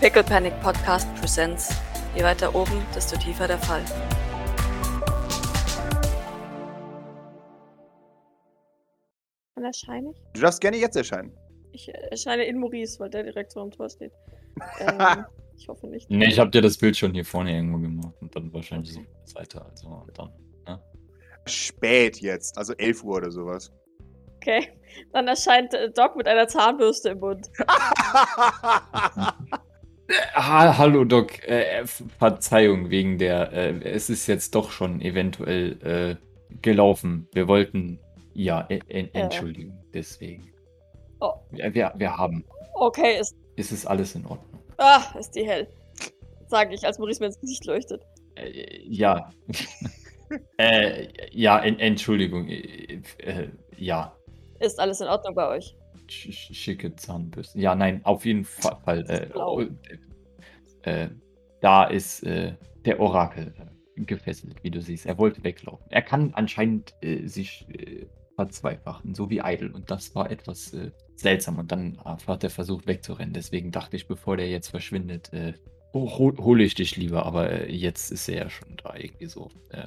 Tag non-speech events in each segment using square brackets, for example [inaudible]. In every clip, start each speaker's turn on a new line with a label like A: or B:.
A: Pickle Panic Podcast presents. Je weiter oben, desto tiefer der Fall.
B: Wann erscheine ich?
C: Du darfst gerne jetzt erscheinen.
B: Ich erscheine in Maurice, weil der direkt so am Tor steht. Ähm, ich hoffe nicht.
D: Hm.
E: Ne, ich habe dir das Bild schon hier vorne irgendwo gemacht und dann wahrscheinlich so weiter. Also und dann.
C: Spät jetzt, also 11 Uhr oder
D: [laughs]
C: sowas.
B: Okay. Dann erscheint äh, Doc mit einer Zahnbürste im Mund.
E: Ah, hallo Doc. Äh, äh, Verzeihung wegen der. Äh, es ist jetzt doch schon eventuell äh, gelaufen. Wir wollten. Ja, e- en-
B: Ja.
E: entschuldigen. Deswegen.
B: Oh.
E: Wir, wir, wir haben.
B: Okay, ist,
E: Es ist alles in Ordnung.
B: ah, ist die hell. Sage ich, als Maurice mir ins Gesicht leuchtet.
E: Äh, ja. [laughs] äh, ja, en Entschuldigung. Äh, äh, ja.
B: Ist alles in Ordnung bei euch?
E: Sch sch- schicke Zahnbürste. Ja, nein, auf jeden Fa- Fall. Äh,
B: Blau.
E: äh, äh, da ist äh, der Orakel äh, gefesselt, wie du siehst. Er wollte weglaufen. Er kann anscheinend äh, sich äh, verzweifachen, so wie Idol. Und das war etwas äh, seltsam. Und dann äh, hat er versucht wegzurennen. Deswegen dachte ich, bevor der jetzt verschwindet, äh, ho ho- hole ich dich lieber. Aber äh, jetzt ist er ja schon da irgendwie so. Äh,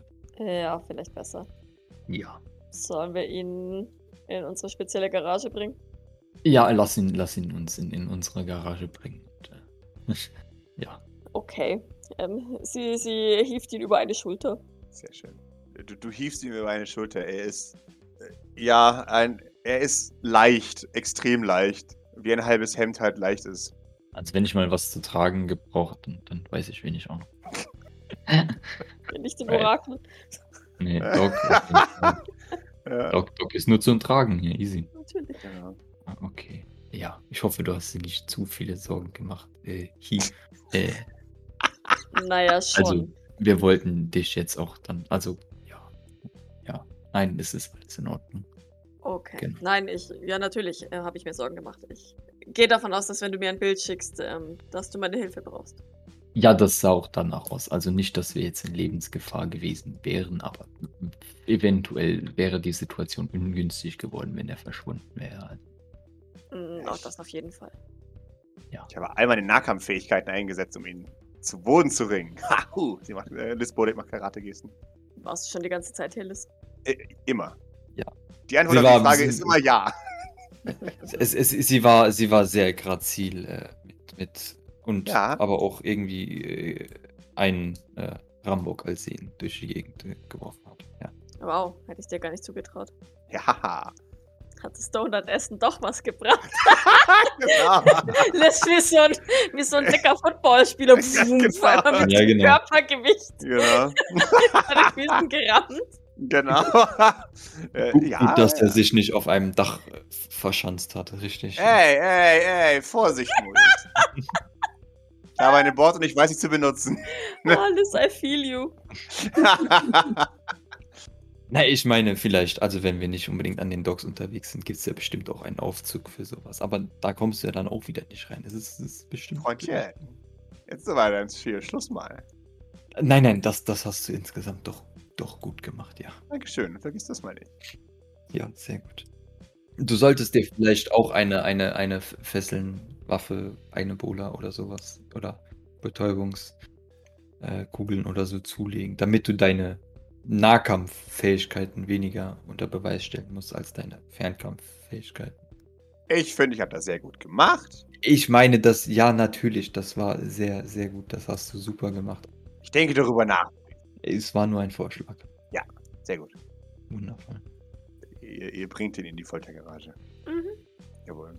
B: Ja, vielleicht besser.
E: ja.
B: Sollen wir ihn in unsere spezielle Garage bringen?
E: Ja, lass ihn, lass ihn uns in, in unsere Garage bringen. Und, äh, [laughs] ja.
B: Okay. Ähm, sie, sie hieft ihn über eine Schulter.
C: Sehr schön. Du, du hiefst ihm über meine Schulter. Er ist. äh, Ja, ein. Er ist leicht, extrem leicht. Wie ein halbes Hemd halt leicht ist.
E: Als wenn ich mal was zu tragen gebraucht und dann weiß ich wenig auch noch.
B: Nicht den
E: Right.
B: Orakel.
E: Nee, Doc, auf jeden Fall.
C: Ja,
E: Doc, Doc ist nur zum Tragen hier, easy.
B: Natürlich.
C: genau.
E: Ah, Okay. Ja, ich hoffe, du hast dir nicht zu viele Sorgen gemacht. Äh, hi. Äh,
B: Naja, schon.
E: also, wir wollten dich jetzt auch dann. Also, ja. Ja. Nein, es ist alles in Ordnung.
B: Okay.
E: Genau.
B: Nein, ich, ja, natürlich äh, habe ich mir Sorgen gemacht. Ich gehe davon aus, dass wenn du mir ein Bild schickst, ähm, dass du meine Hilfe brauchst.
E: Ja, das sah auch danach aus. Also nicht, dass wir jetzt in Lebensgefahr gewesen wären, aber eventuell wäre die Situation ungünstig geworden, wenn er verschwunden wäre.
B: Mhm, auch das auf jeden Fall.
C: Ich habe all meine Nahkampffähigkeiten eingesetzt, um ihn zu Boden zu ringen. [laughs] Ha, hu. Sie macht, äh, Liz Bodek macht Karate-Gesten.
B: Warst du schon die ganze Zeit Hillis?
C: Immer.
E: Ja.
C: Die Antwort auf
D: Sie war-
C: die Frage
D: sie-
C: ist immer ja. [laughs]
D: Es, es, sie, war, sie war sehr grazil äh, mit, mit und
C: Ja.
D: aber auch irgendwie äh, einen äh, Rambock als sie ihn durch die Gegend äh, geworfen hat. Ja.
B: Wow, hätte ich dir gar nicht zugetraut.
C: Ja, haha. [laughs]
B: Hat das Donut-Essen doch
E: [laughs]
B: was gebracht?
C: Genau. [laughs]
B: Lässt wie so ein, wie so ein dicker
E: [laughs]
B: Footballspieler
C: Ja,
B: boom,
C: genau.
B: einmal mit
E: Ja, genau.
B: Körpergewicht
C: genau.
B: an den
E: [laughs]
B: Füßen gerammt.
C: Genau. äh,
D: Gut,
C: ja.
D: gut, dass er sich nicht auf einem Dach äh, verschanzt hat, richtig.
C: Ey, ey, ey, Vorsicht, Maurice. ich habe eine Board und ich weiß sie zu benutzen. [laughs]
B: Alles, Oh, I feel you.
D: Na, ich meine, vielleicht, also wenn wir nicht unbedingt an den Docks unterwegs sind, gibt es ja bestimmt auch einen Aufzug für sowas. Aber da kommst du ja dann auch wieder nicht rein. Das ist, das ist bestimmt.
C: Freundchen, jetzt so weiter ins Spiel. Schluss mal.
D: Nein, nein, das, das hast du insgesamt doch, doch gut gemacht, ja.
C: Dankeschön, vergiss das mal nicht.
D: Ja, sehr gut. Du solltest dir vielleicht auch eine, eine, eine F- Fesselnwaffe, eine Bola oder sowas oder Betäubungskugeln äh, Kugeln oder so zulegen, damit du deine Nahkampffähigkeiten weniger unter Beweis stellen musst als deine Fernkampffähigkeiten.
C: Ich finde, ich habe das sehr gut gemacht.
D: Ich meine, das, ja, natürlich, das war sehr, sehr gut. Das hast du super gemacht.
C: Ich denke darüber nach.
D: Es war nur ein Vorschlag.
C: Sehr gut.
D: Wundervoll.
C: Ihr, ihr bringt ihn in die Foltergarage.
B: Mhm.
C: Jawohl,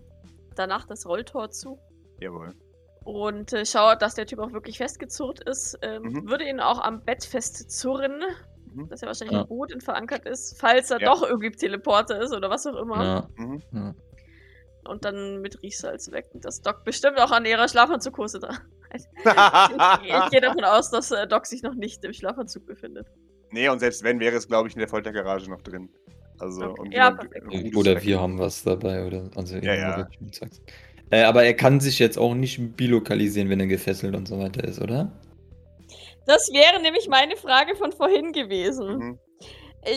B: Danach das Rolltor zu.
C: jawohl.
B: und äh, schaue, dass der Typ auch wirklich festgezurrt ist. Ähm,
C: Mhm.
B: Würde ihn auch am Bett festzurren, [laughs]
C: Mhm.
B: dass er wahrscheinlich
D: Ja.
B: im Boden verankert ist, falls er
C: Ja.
B: doch irgendwie Teleporter ist oder was auch immer.
D: Ja.
C: Mhm.
D: ja.
B: Und dann mit Riechsalz wecken. Das Doc bestimmt auch an ihrer Schlafanzugkose
C: [laughs]
B: dran. ich gehe davon aus, dass äh, Doc sich noch nicht im Schlafanzug befindet.
C: nee, und selbst wenn, wäre es, glaube ich, in der Foltergarage noch drin. Also,
B: Okay.
C: um
B: Ja,
C: jemand-
B: perfekt.
C: um gutes
D: Oder
C: Zweck.
D: wir haben was dabei, oder? Also
C: Ja, ja.
D: irgendwo wird schon gesagt. Äh, aber er kann sich jetzt auch nicht bilokalisieren, wenn er gefesselt und so weiter ist, oder?
B: Das wäre nämlich meine Frage von vorhin gewesen.
C: Mhm.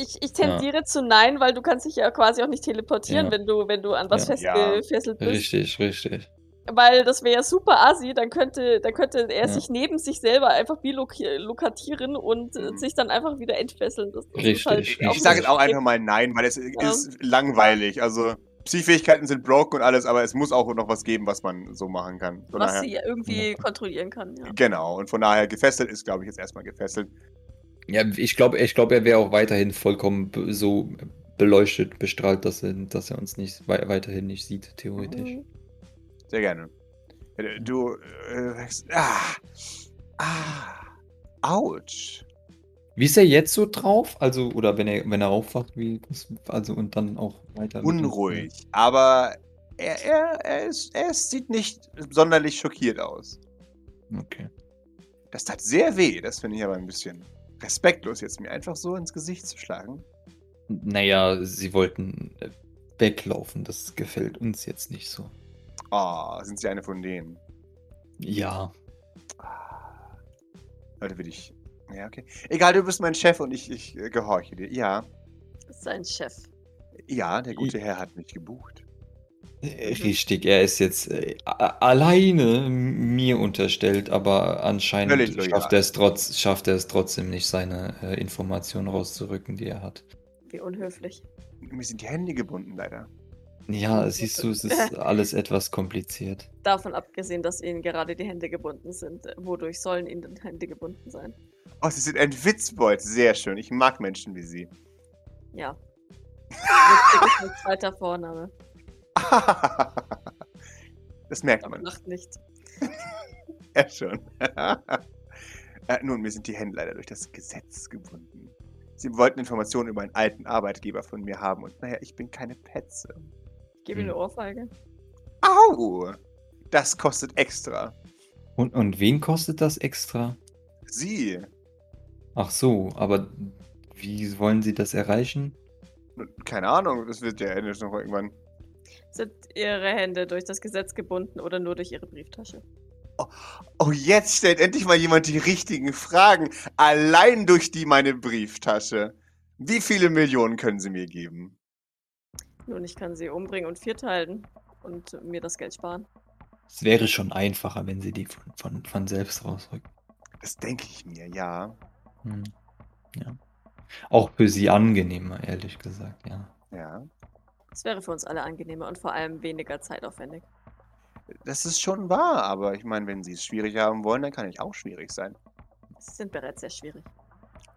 B: Ich, ich tendiere zu nein, weil du kannst dich ja quasi auch nicht teleportieren,
D: Ja.
B: wenn du, wenn du an was
D: Ja.
B: festgefesselt bist.
D: Richtig, richtig.
B: Weil das wäre ja super assi, dann könnte, dann könnte er
D: Ja.
B: sich neben sich selber einfach bilokatieren und äh,
C: Mhm.
B: sich dann einfach wieder entfesseln. Das, halt das
D: Richtig,
C: Ich,
D: Ja,
C: ich sage jetzt auch
B: extrem-
C: einfach mal nein, weil es ist langweilig. Also Psychfähigkeiten sind broken und alles, aber es muss auch noch was geben, was man so machen kann. Von
B: was
C: daher,
B: sie ja irgendwie kontrollieren kann. Ja.
C: Genau, und von daher gefesselt ist, glaube ich, jetzt erstmal gefesselt.
D: Ja, ich glaube, ich glaub, er wäre auch weiterhin vollkommen be- so beleuchtet, bestrahlt, dass er, dass er uns nicht wei- weiterhin nicht sieht, theoretisch.
B: Mhm.
C: Sehr gerne. Äh, Du. Äh, wächst- ah, ah, ouch.
D: Wie ist er jetzt so drauf? Also, oder wenn er, wenn er aufwacht, wie, also und dann auch weiter. mit uns-
C: Unruhig. Aber er, er, er, ist, er ist, sieht nicht sonderlich schockiert aus.
D: Okay.
C: Das tat sehr weh. Das finde ich aber ein bisschen respektlos, jetzt mir einfach so ins Gesicht zu schlagen.
D: Naja, sie wollten äh, weglaufen, das gefällt uns jetzt nicht so.
C: Ah, sind sie eine von denen?
D: Ja,
C: Leute, Also will ich. Ja, okay. Egal, du bist mein Chef und ich, ich äh, gehorche dir. Ja,
B: Sein Chef.
C: ja, der gute Herr hat mich gebucht.
D: äh, richtig, er ist jetzt äh, a- alleine mir unterstellt, aber anscheinend
C: Völlig loyal.
D: schafft er, es trotz, schafft er es trotzdem nicht, seine äh, Informationen rauszurücken, die er hat.
B: Wie unhöflich.
C: Mir sind die Hände gebunden, leider.
D: Ja, siehst du, es ist alles etwas kompliziert.
B: Davon abgesehen, dass ihnen gerade die Hände gebunden sind. Wodurch sollen ihnen denn Hände gebunden sein?
C: Oh, sie sind ein Witzbold. Sehr schön. Ich mag Menschen wie sie. [laughs]
B: Ja. Witzig ist ein zweiter Vorname.
C: das merkt
B: Aber [laughs]
C: man.
B: macht nicht.
C: Ja, schon. [laughs] äh, nun, mir sind die Hände leider durch das Gesetz gebunden. Sie wollten Informationen über einen alten Arbeitgeber von mir haben und naja, ich bin keine Petze.
B: Ich gebe ihm
D: Hm.
B: eine Ohrfeige.
C: Au! Das kostet extra.
D: Und, und wen kostet das extra?
C: Sie.
D: Ach so, aber wie wollen sie das erreichen?
C: Keine Ahnung, das wird ja Ende noch irgendwann.
B: Sind ihre Hände durch das Gesetz gebunden oder nur durch ihre Brieftasche?
C: Oh, jetzt stellt endlich mal jemand die richtigen Fragen. Allein durch die meine Brieftasche. Wie viele Millionen können Sie mir geben?
B: Nun, ich kann sie umbringen und vierteilen und mir das Geld sparen.
D: Es wäre schon einfacher, wenn sie die von, von, von selbst rausrücken.
C: Das denke ich mir, ja.
D: Hm. Ja. Auch für sie angenehmer, ehrlich gesagt, ja.
C: Ja.
B: Das wäre für uns alle angenehmer und vor allem weniger zeitaufwendig.
C: Das ist schon wahr, aber ich meine, wenn Sie es schwierig haben wollen, dann kann ich auch schwierig sein. [laughs]
B: Sie sind bereits sehr schwierig.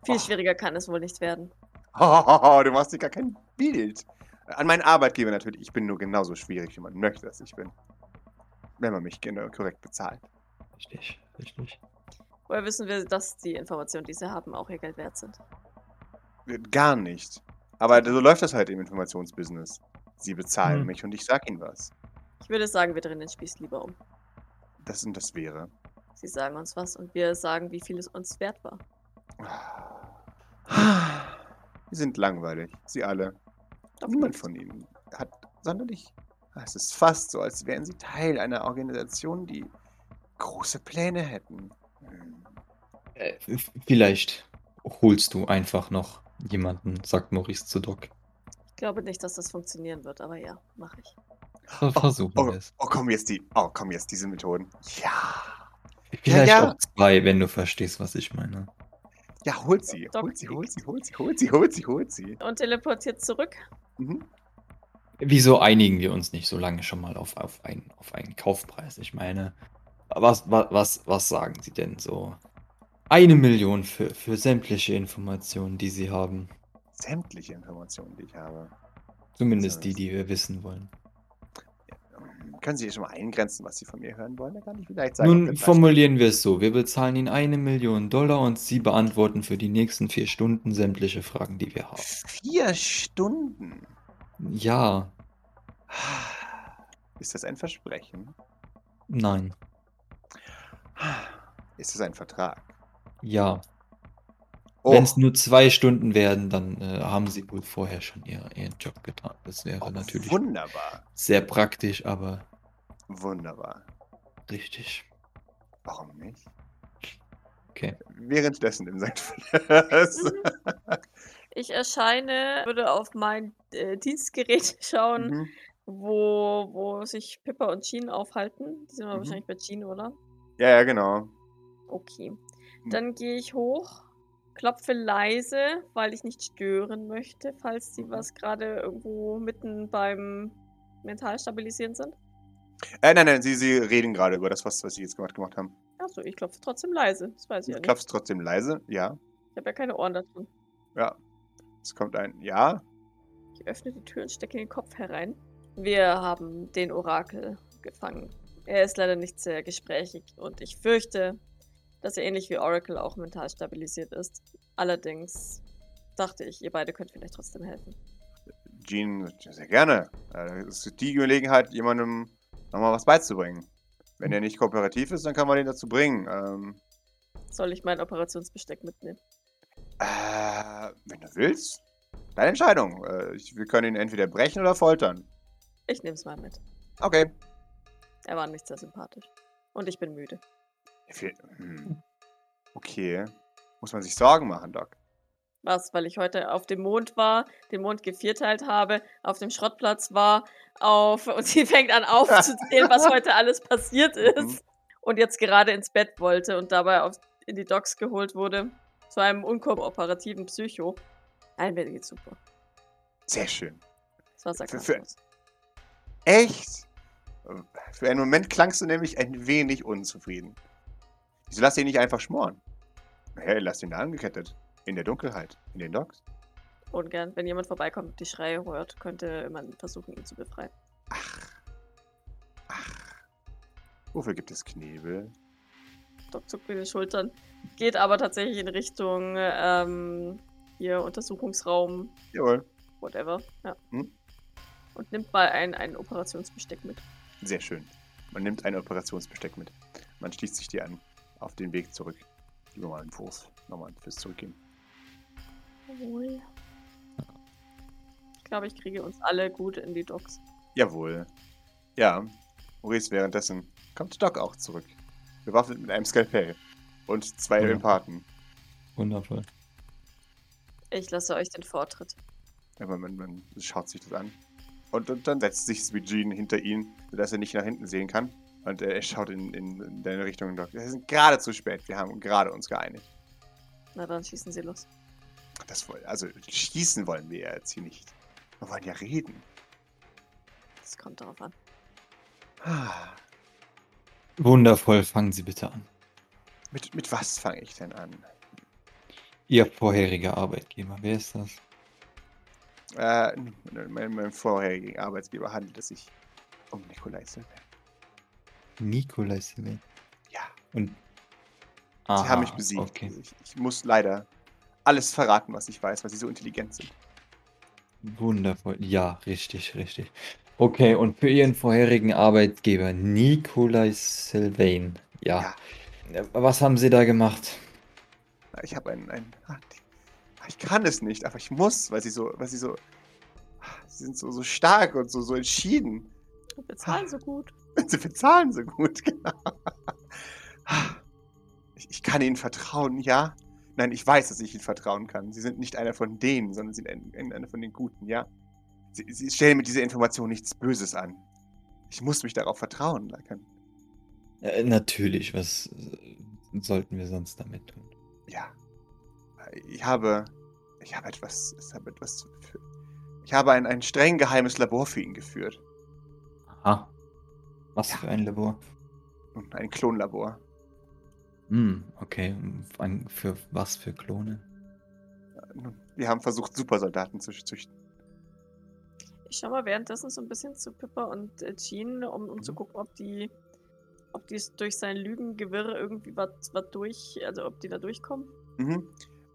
B: Viel
C: Ah.
B: schwieriger kann es wohl nicht werden.
C: du machst dir gar kein Bild. An meinen Arbeitgeber natürlich. Ich bin nur genauso schwierig, wie man möchte, dass ich bin. Wenn man mich genau korrekt bezahlt.
D: Richtig, richtig.
B: Woher wissen wir, dass die Informationen, die sie haben, auch ihr Geld wert sind?
C: Gar nicht. Aber so läuft das halt im Informationsbusiness. Sie bezahlen
D: Hm.
C: mich und ich sag ihnen was.
B: Ich würde sagen, wir drehen den Spieß lieber um.
C: Das und das wäre.
B: Sie sagen uns was und wir sagen, wie viel es uns wert war.
C: Sie sind langweilig, sie alle.
B: Doch
C: Niemand
B: nicht.
C: von ihnen hat sonderlich. ah, Es ist fast so, als wären sie Teil einer Organisation, die große Pläne hätten. Hm.
D: Äh, v- vielleicht holst du einfach noch jemanden, sagt Maurice zu Doc.
B: Ich glaube nicht, dass das funktionieren wird, aber ja, mache ich.
D: Ver- Versuchen
C: Oh,
D: wir es.
C: oh, komm jetzt die. Oh, komm jetzt diese Methoden. Ja.
D: Vielleicht
C: ja.
D: auch zwei, wenn du verstehst, was ich meine.
C: Ja, holt sie.
B: Doc
C: Holt sie, holt sie,
B: nickt.
C: holt sie, holt sie, holt sie, holt sie.
B: Und teleportiert zurück.
C: Mhm.
D: Wieso einigen wir uns nicht so lange schon mal auf, auf, einen, auf einen Kaufpreis? Ich meine, was, was, was, was sagen Sie denn so? Eine Million für, für sämtliche Informationen, die Sie haben.
C: Sämtliche Informationen, die ich habe.
D: Zumindest
C: So
D: die,
C: ist-
D: die wir wissen wollen.
C: Hm, Können Sie schon mal eingrenzen, was Sie von mir hören wollen? Dann kann ich vielleicht sagen. ob
D: Nun
C: das
D: formulieren wir es so. Wir bezahlen Ihnen eine Million Dollar und Sie beantworten für die nächsten vier Stunden sämtliche Fragen, die wir haben.
C: Vier Stunden.
D: Ja,
C: Ah, Ist das ein Versprechen?
D: nein,
C: Ist das ein Vertrag?
D: ja.
C: Oh,
D: Wenn es nur zwei Stunden werden, dann äh, haben Sie wohl vorher schon ihr, Ihren Job getan. Das wäre
C: oh,
D: natürlich
C: Wunderbar.
D: sehr praktisch, aber
C: Wunderbar.
D: Richtig.
C: Warum nicht?
D: Okay.
C: Währenddessen im
B: [laughs]
C: St. Flörs.
B: Ich erscheine, würde auf mein äh, Dienstgerät [laughs] schauen,
C: Mhm.
B: wo, wo sich Pippa und Jean aufhalten. Die sind aber
C: Mhm.
B: wahrscheinlich bei Jean, oder?
C: Ja, ja, genau.
B: Okay. Dann gehe ich hoch, klopfe leise, weil ich nicht stören möchte, falls die was gerade irgendwo mitten beim Mentalstabilisieren sind.
C: Äh, nein, nein, sie, sie reden gerade über das, was, was sie jetzt gemacht, gemacht haben.
B: Achso, ich klopfe trotzdem leise. Das weiß ich
C: Du
B: ja nicht.
C: klopfst trotzdem leise. Ja,
B: Ich habe ja keine Ohren da drin.
C: ja. Es kommt ein Ja.
B: Ich öffne die Tür und stecke den Kopf herein. Wir haben den Orakel gefangen. Er ist leider nicht sehr gesprächig und ich fürchte, dass er ähnlich wie Oracle auch mental stabilisiert ist. Allerdings dachte ich, ihr beide könnt vielleicht trotzdem helfen.
C: Jean, sagt, ja, sehr gerne. Äh, Das ist die Gelegenheit, jemandem nochmal was beizubringen.
D: Hm.
C: Wenn er nicht kooperativ ist, dann kann man den dazu bringen. Ähm,
B: Soll ich mein Operationsbesteck mitnehmen?
C: äh, wenn du willst, deine Entscheidung. Äh, ich, wir können ihn entweder brechen oder foltern.
B: Ich nehme es mal mit.
C: Okay.
B: Er war nicht sehr sympathisch. Und ich bin müde.
C: Viel- hm. Okay. Muss man sich Sorgen machen, Doc.
B: Was? Weil ich heute auf dem Mond war, den Mond gevierteilt habe, auf dem Schrottplatz war, auf. [laughs] Und sie fängt an aufzuzählen,
C: [laughs]
B: was heute alles passiert
C: Mhm.
B: ist. Und jetzt gerade ins Bett wollte und dabei auf, in die Docks geholt wurde. Zu einem unkooperativen Psycho. Nein, mir geht's super.
C: Sehr schön.
B: Das war
C: für-
B: Sarkasmus.
C: Echt? Für einen Moment klangst du nämlich ein wenig unzufrieden. Wieso lass ihn nicht einfach schmoren? Hey, lass ihn da angekettet. In der Dunkelheit. In den Docks.
B: Ungern. Wenn jemand vorbeikommt und die Schreie hört, könnte man versuchen, ihn zu befreien.
C: Wofür gibt es Knebel?
B: Doc zuckt mit den Schultern. Geht aber tatsächlich in Richtung ähm, hier Untersuchungsraum,
C: Jawohl.
B: whatever. Ja.
C: Hm.
B: Und nimmt mal ein, ein Operationsbesteck mit.
C: Sehr schön. Man nimmt ein Operationsbesteck mit. Man schließt sich die an. Auf den Weg zurück. Nochmal einen Wurf. Nochmal fürs Zurückgehen.
B: Ich glaube, ich kriege uns alle gut in die Docs.
C: Jawohl. Ja. Maurice währenddessen kommt Doc auch zurück. Bewaffnet mit einem Skalpell. Und zwei
D: Ja.
C: Empaten.
D: Wundervoll.
B: Ich lasse euch den Vortritt.
C: Aber man, man schaut sich das an. Und, und dann setzt sich Eugene hinter ihn, sodass er nicht nach hinten sehen kann. Und äh, er schaut in, in, in deine Richtung. Doc. Wir sind gerade zu spät. Wir haben gerade uns geeinigt.
B: Na dann schießen sie los.
C: Das woll- also schießen wollen wir ja jetzt hier nicht. Wir wollen ja reden.
B: Das kommt darauf an.
C: Ah,
D: Wundervoll, fangen Sie bitte an.
C: Mit, mit was fange ich denn an?
D: Ihr vorheriger Arbeitgeber, wer ist das?
C: Äh, mein, mein vorherigen Arbeitsgeber handelt es sich um Nikolai Silber.
D: Nikolai Sylvain.
C: Ja,
D: Und.
C: sie haben mich besiegt. Also Ich, ich muss leider alles verraten, was ich weiß, weil sie so intelligent sind.
D: Wundervoll. Ja, richtig, richtig. Okay, und für Ihren vorherigen Arbeitgeber, Nikolai Sylvain. Ja. Was haben Sie da gemacht?
C: Ah, Ich habe einen, einen ah, die- ah, ich kann es nicht, aber ich muss, weil sie so, weil sie so, ah, sie sind so, so stark und so, so entschieden.
B: Wir bezahlen so gut.
C: [laughs] Sie bezahlen so gut, [laughs] genau. Ich, ich kann ihnen vertrauen, ja? Nein, ich weiß, dass ich ihnen vertrauen kann. Sie sind nicht einer von denen, sondern sie sind ein, ein, einer von den Guten, ja? Sie, sie stellen mit dieser Information nichts Böses an. Ich muss mich darauf vertrauen, Lacan.
D: Äh, natürlich, was äh, sollten wir sonst damit tun?
C: Ja. Ich habe. Ich habe etwas. Ich habe etwas. Für, ich habe ein, ein streng geheimes Labor für ihn geführt.
D: Aha. Was für ein Labor?
C: Nun, Ein Klonlabor.
D: Hm, okay. Ein, für was für Klone?
C: Nun, Wir haben versucht, Supersoldaten zu züchten.
B: Ich schau mal währenddessen so ein bisschen zu Pippa und äh, Jean, um, um zu gucken, ob die, ob die s- durch sein Lügengewirr irgendwie was was durch, also ob die da durchkommen.
C: Mhm.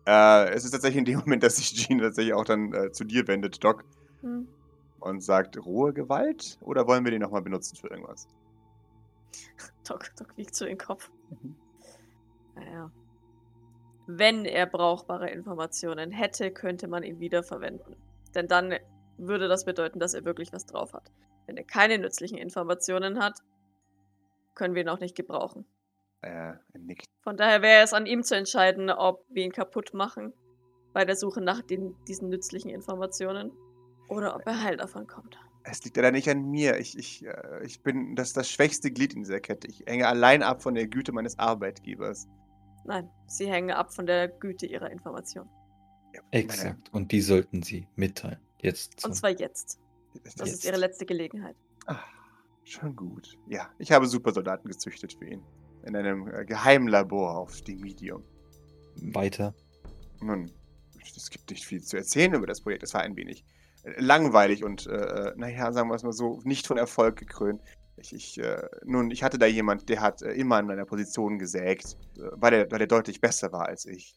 C: Äh, es ist tatsächlich in dem [laughs] Moment, dass sich Jean tatsächlich auch dann äh, zu dir wendet, Doc,
B: Hm. [laughs]
C: und sagt: Rohe Gewalt? Oder wollen wir den nochmal benutzen für irgendwas?
B: Doc, Doc wiegt so den Kopf.
C: Mhm.
B: Naja. Wenn er brauchbare Informationen hätte, könnte man ihn wiederverwenden. Denn dann würde das bedeuten, dass er wirklich was drauf hat. Wenn er keine nützlichen Informationen hat, können wir ihn auch nicht gebrauchen.
C: Äh, er nickt.
B: Von daher wäre es an ihm zu entscheiden, ob wir ihn kaputt machen bei der Suche nach den, diesen nützlichen Informationen oder ob er heil davon kommt.
C: Es liegt leider nicht an mir. Ich, ich, äh, ich bin das, das schwächste Glied in dieser Kette. Ich hänge allein ab von der Güte meines Arbeitgebers.
B: Nein, sie hängen ab von der Güte ihrer Information.
C: Ja, ich meine,
D: Exakt. Und die sollten sie mitteilen. Jetzt.
B: Und
D: zum-
B: zwar jetzt.
C: das-
B: Das
D: Jetzt.
B: ist ihre letzte Gelegenheit.
C: Ah, schon gut. Ja, ich habe Supersoldaten gezüchtet für ihn. In einem äh, geheimen Labor auf dem Medium.
D: weiter. [laughs]
C: Nun, es gibt nicht viel zu erzählen über das Projekt. Es war ein wenig äh, langweilig und, äh, naja, sagen wir es mal so, nicht von Erfolg gekrönt. Ich, ich, äh, nun, ich hatte da jemand, der hat äh, immer an meiner Position gesägt, äh, weil er, weil er deutlich besser war als ich.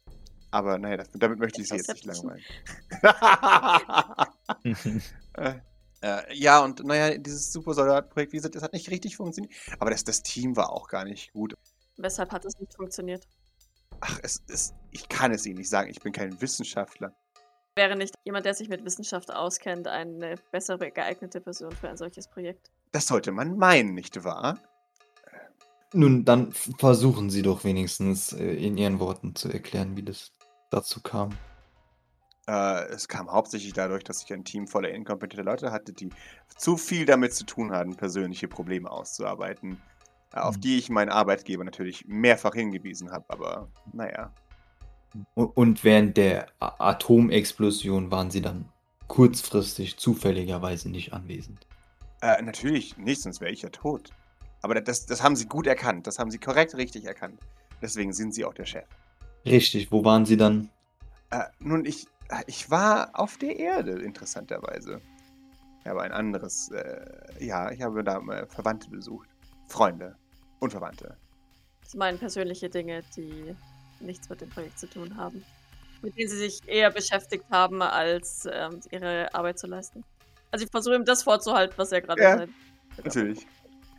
C: Aber naja, das, damit möchte ich Sie jetzt nicht langweilen.
B: Perception.
C: Äh, [laughs] äh, ja, und naja, dieses Supersoldat-Projekt, wie gesagt, das hat nicht richtig funktioniert. Aber das, das Team war auch gar nicht gut.
B: Weshalb hat es nicht funktioniert?
C: Ach, es ist, ich kann es Ihnen nicht sagen, ich bin kein Wissenschaftler.
B: Wäre nicht jemand, der sich mit Wissenschaft auskennt, eine bessere geeignete Person für ein solches Projekt?
C: Das sollte man meinen, nicht wahr?
D: Nun, dann f- versuchen Sie doch wenigstens äh, in Ihren Worten zu erklären, wie das dazu kam.
C: Äh, es kam hauptsächlich dadurch, dass ich ein Team voller inkompetenter Leute hatte, die zu viel damit zu tun hatten, persönliche Probleme auszuarbeiten, äh, auf
D: Mhm.
C: die ich meinen Arbeitgeber natürlich mehrfach hingewiesen habe, aber naja.
D: U- Und während der A- Atomexplosion waren Sie dann kurzfristig zufälligerweise nicht anwesend.
C: Äh, natürlich nicht, sonst wäre ich ja tot. Aber da- das, das haben sie gut erkannt, das haben sie korrekt richtig erkannt. Deswegen sind sie auch der Chef.
D: Richtig, wo waren Sie dann?
C: Äh, nun, ich, äh, ich war auf der Erde, interessanterweise. Ich habe ein anderes, äh, ja, ich habe da mal Verwandte besucht. Freunde und Verwandte.
B: Sie meinen persönliche Dinge, die nichts mit dem Projekt zu tun haben. Mit denen sie sich eher beschäftigt haben, als ähm, ihre Arbeit zu leisten. Also ich versuche ihm das vorzuhalten, was er gerade
C: Ja.
B: sagt.
C: Natürlich.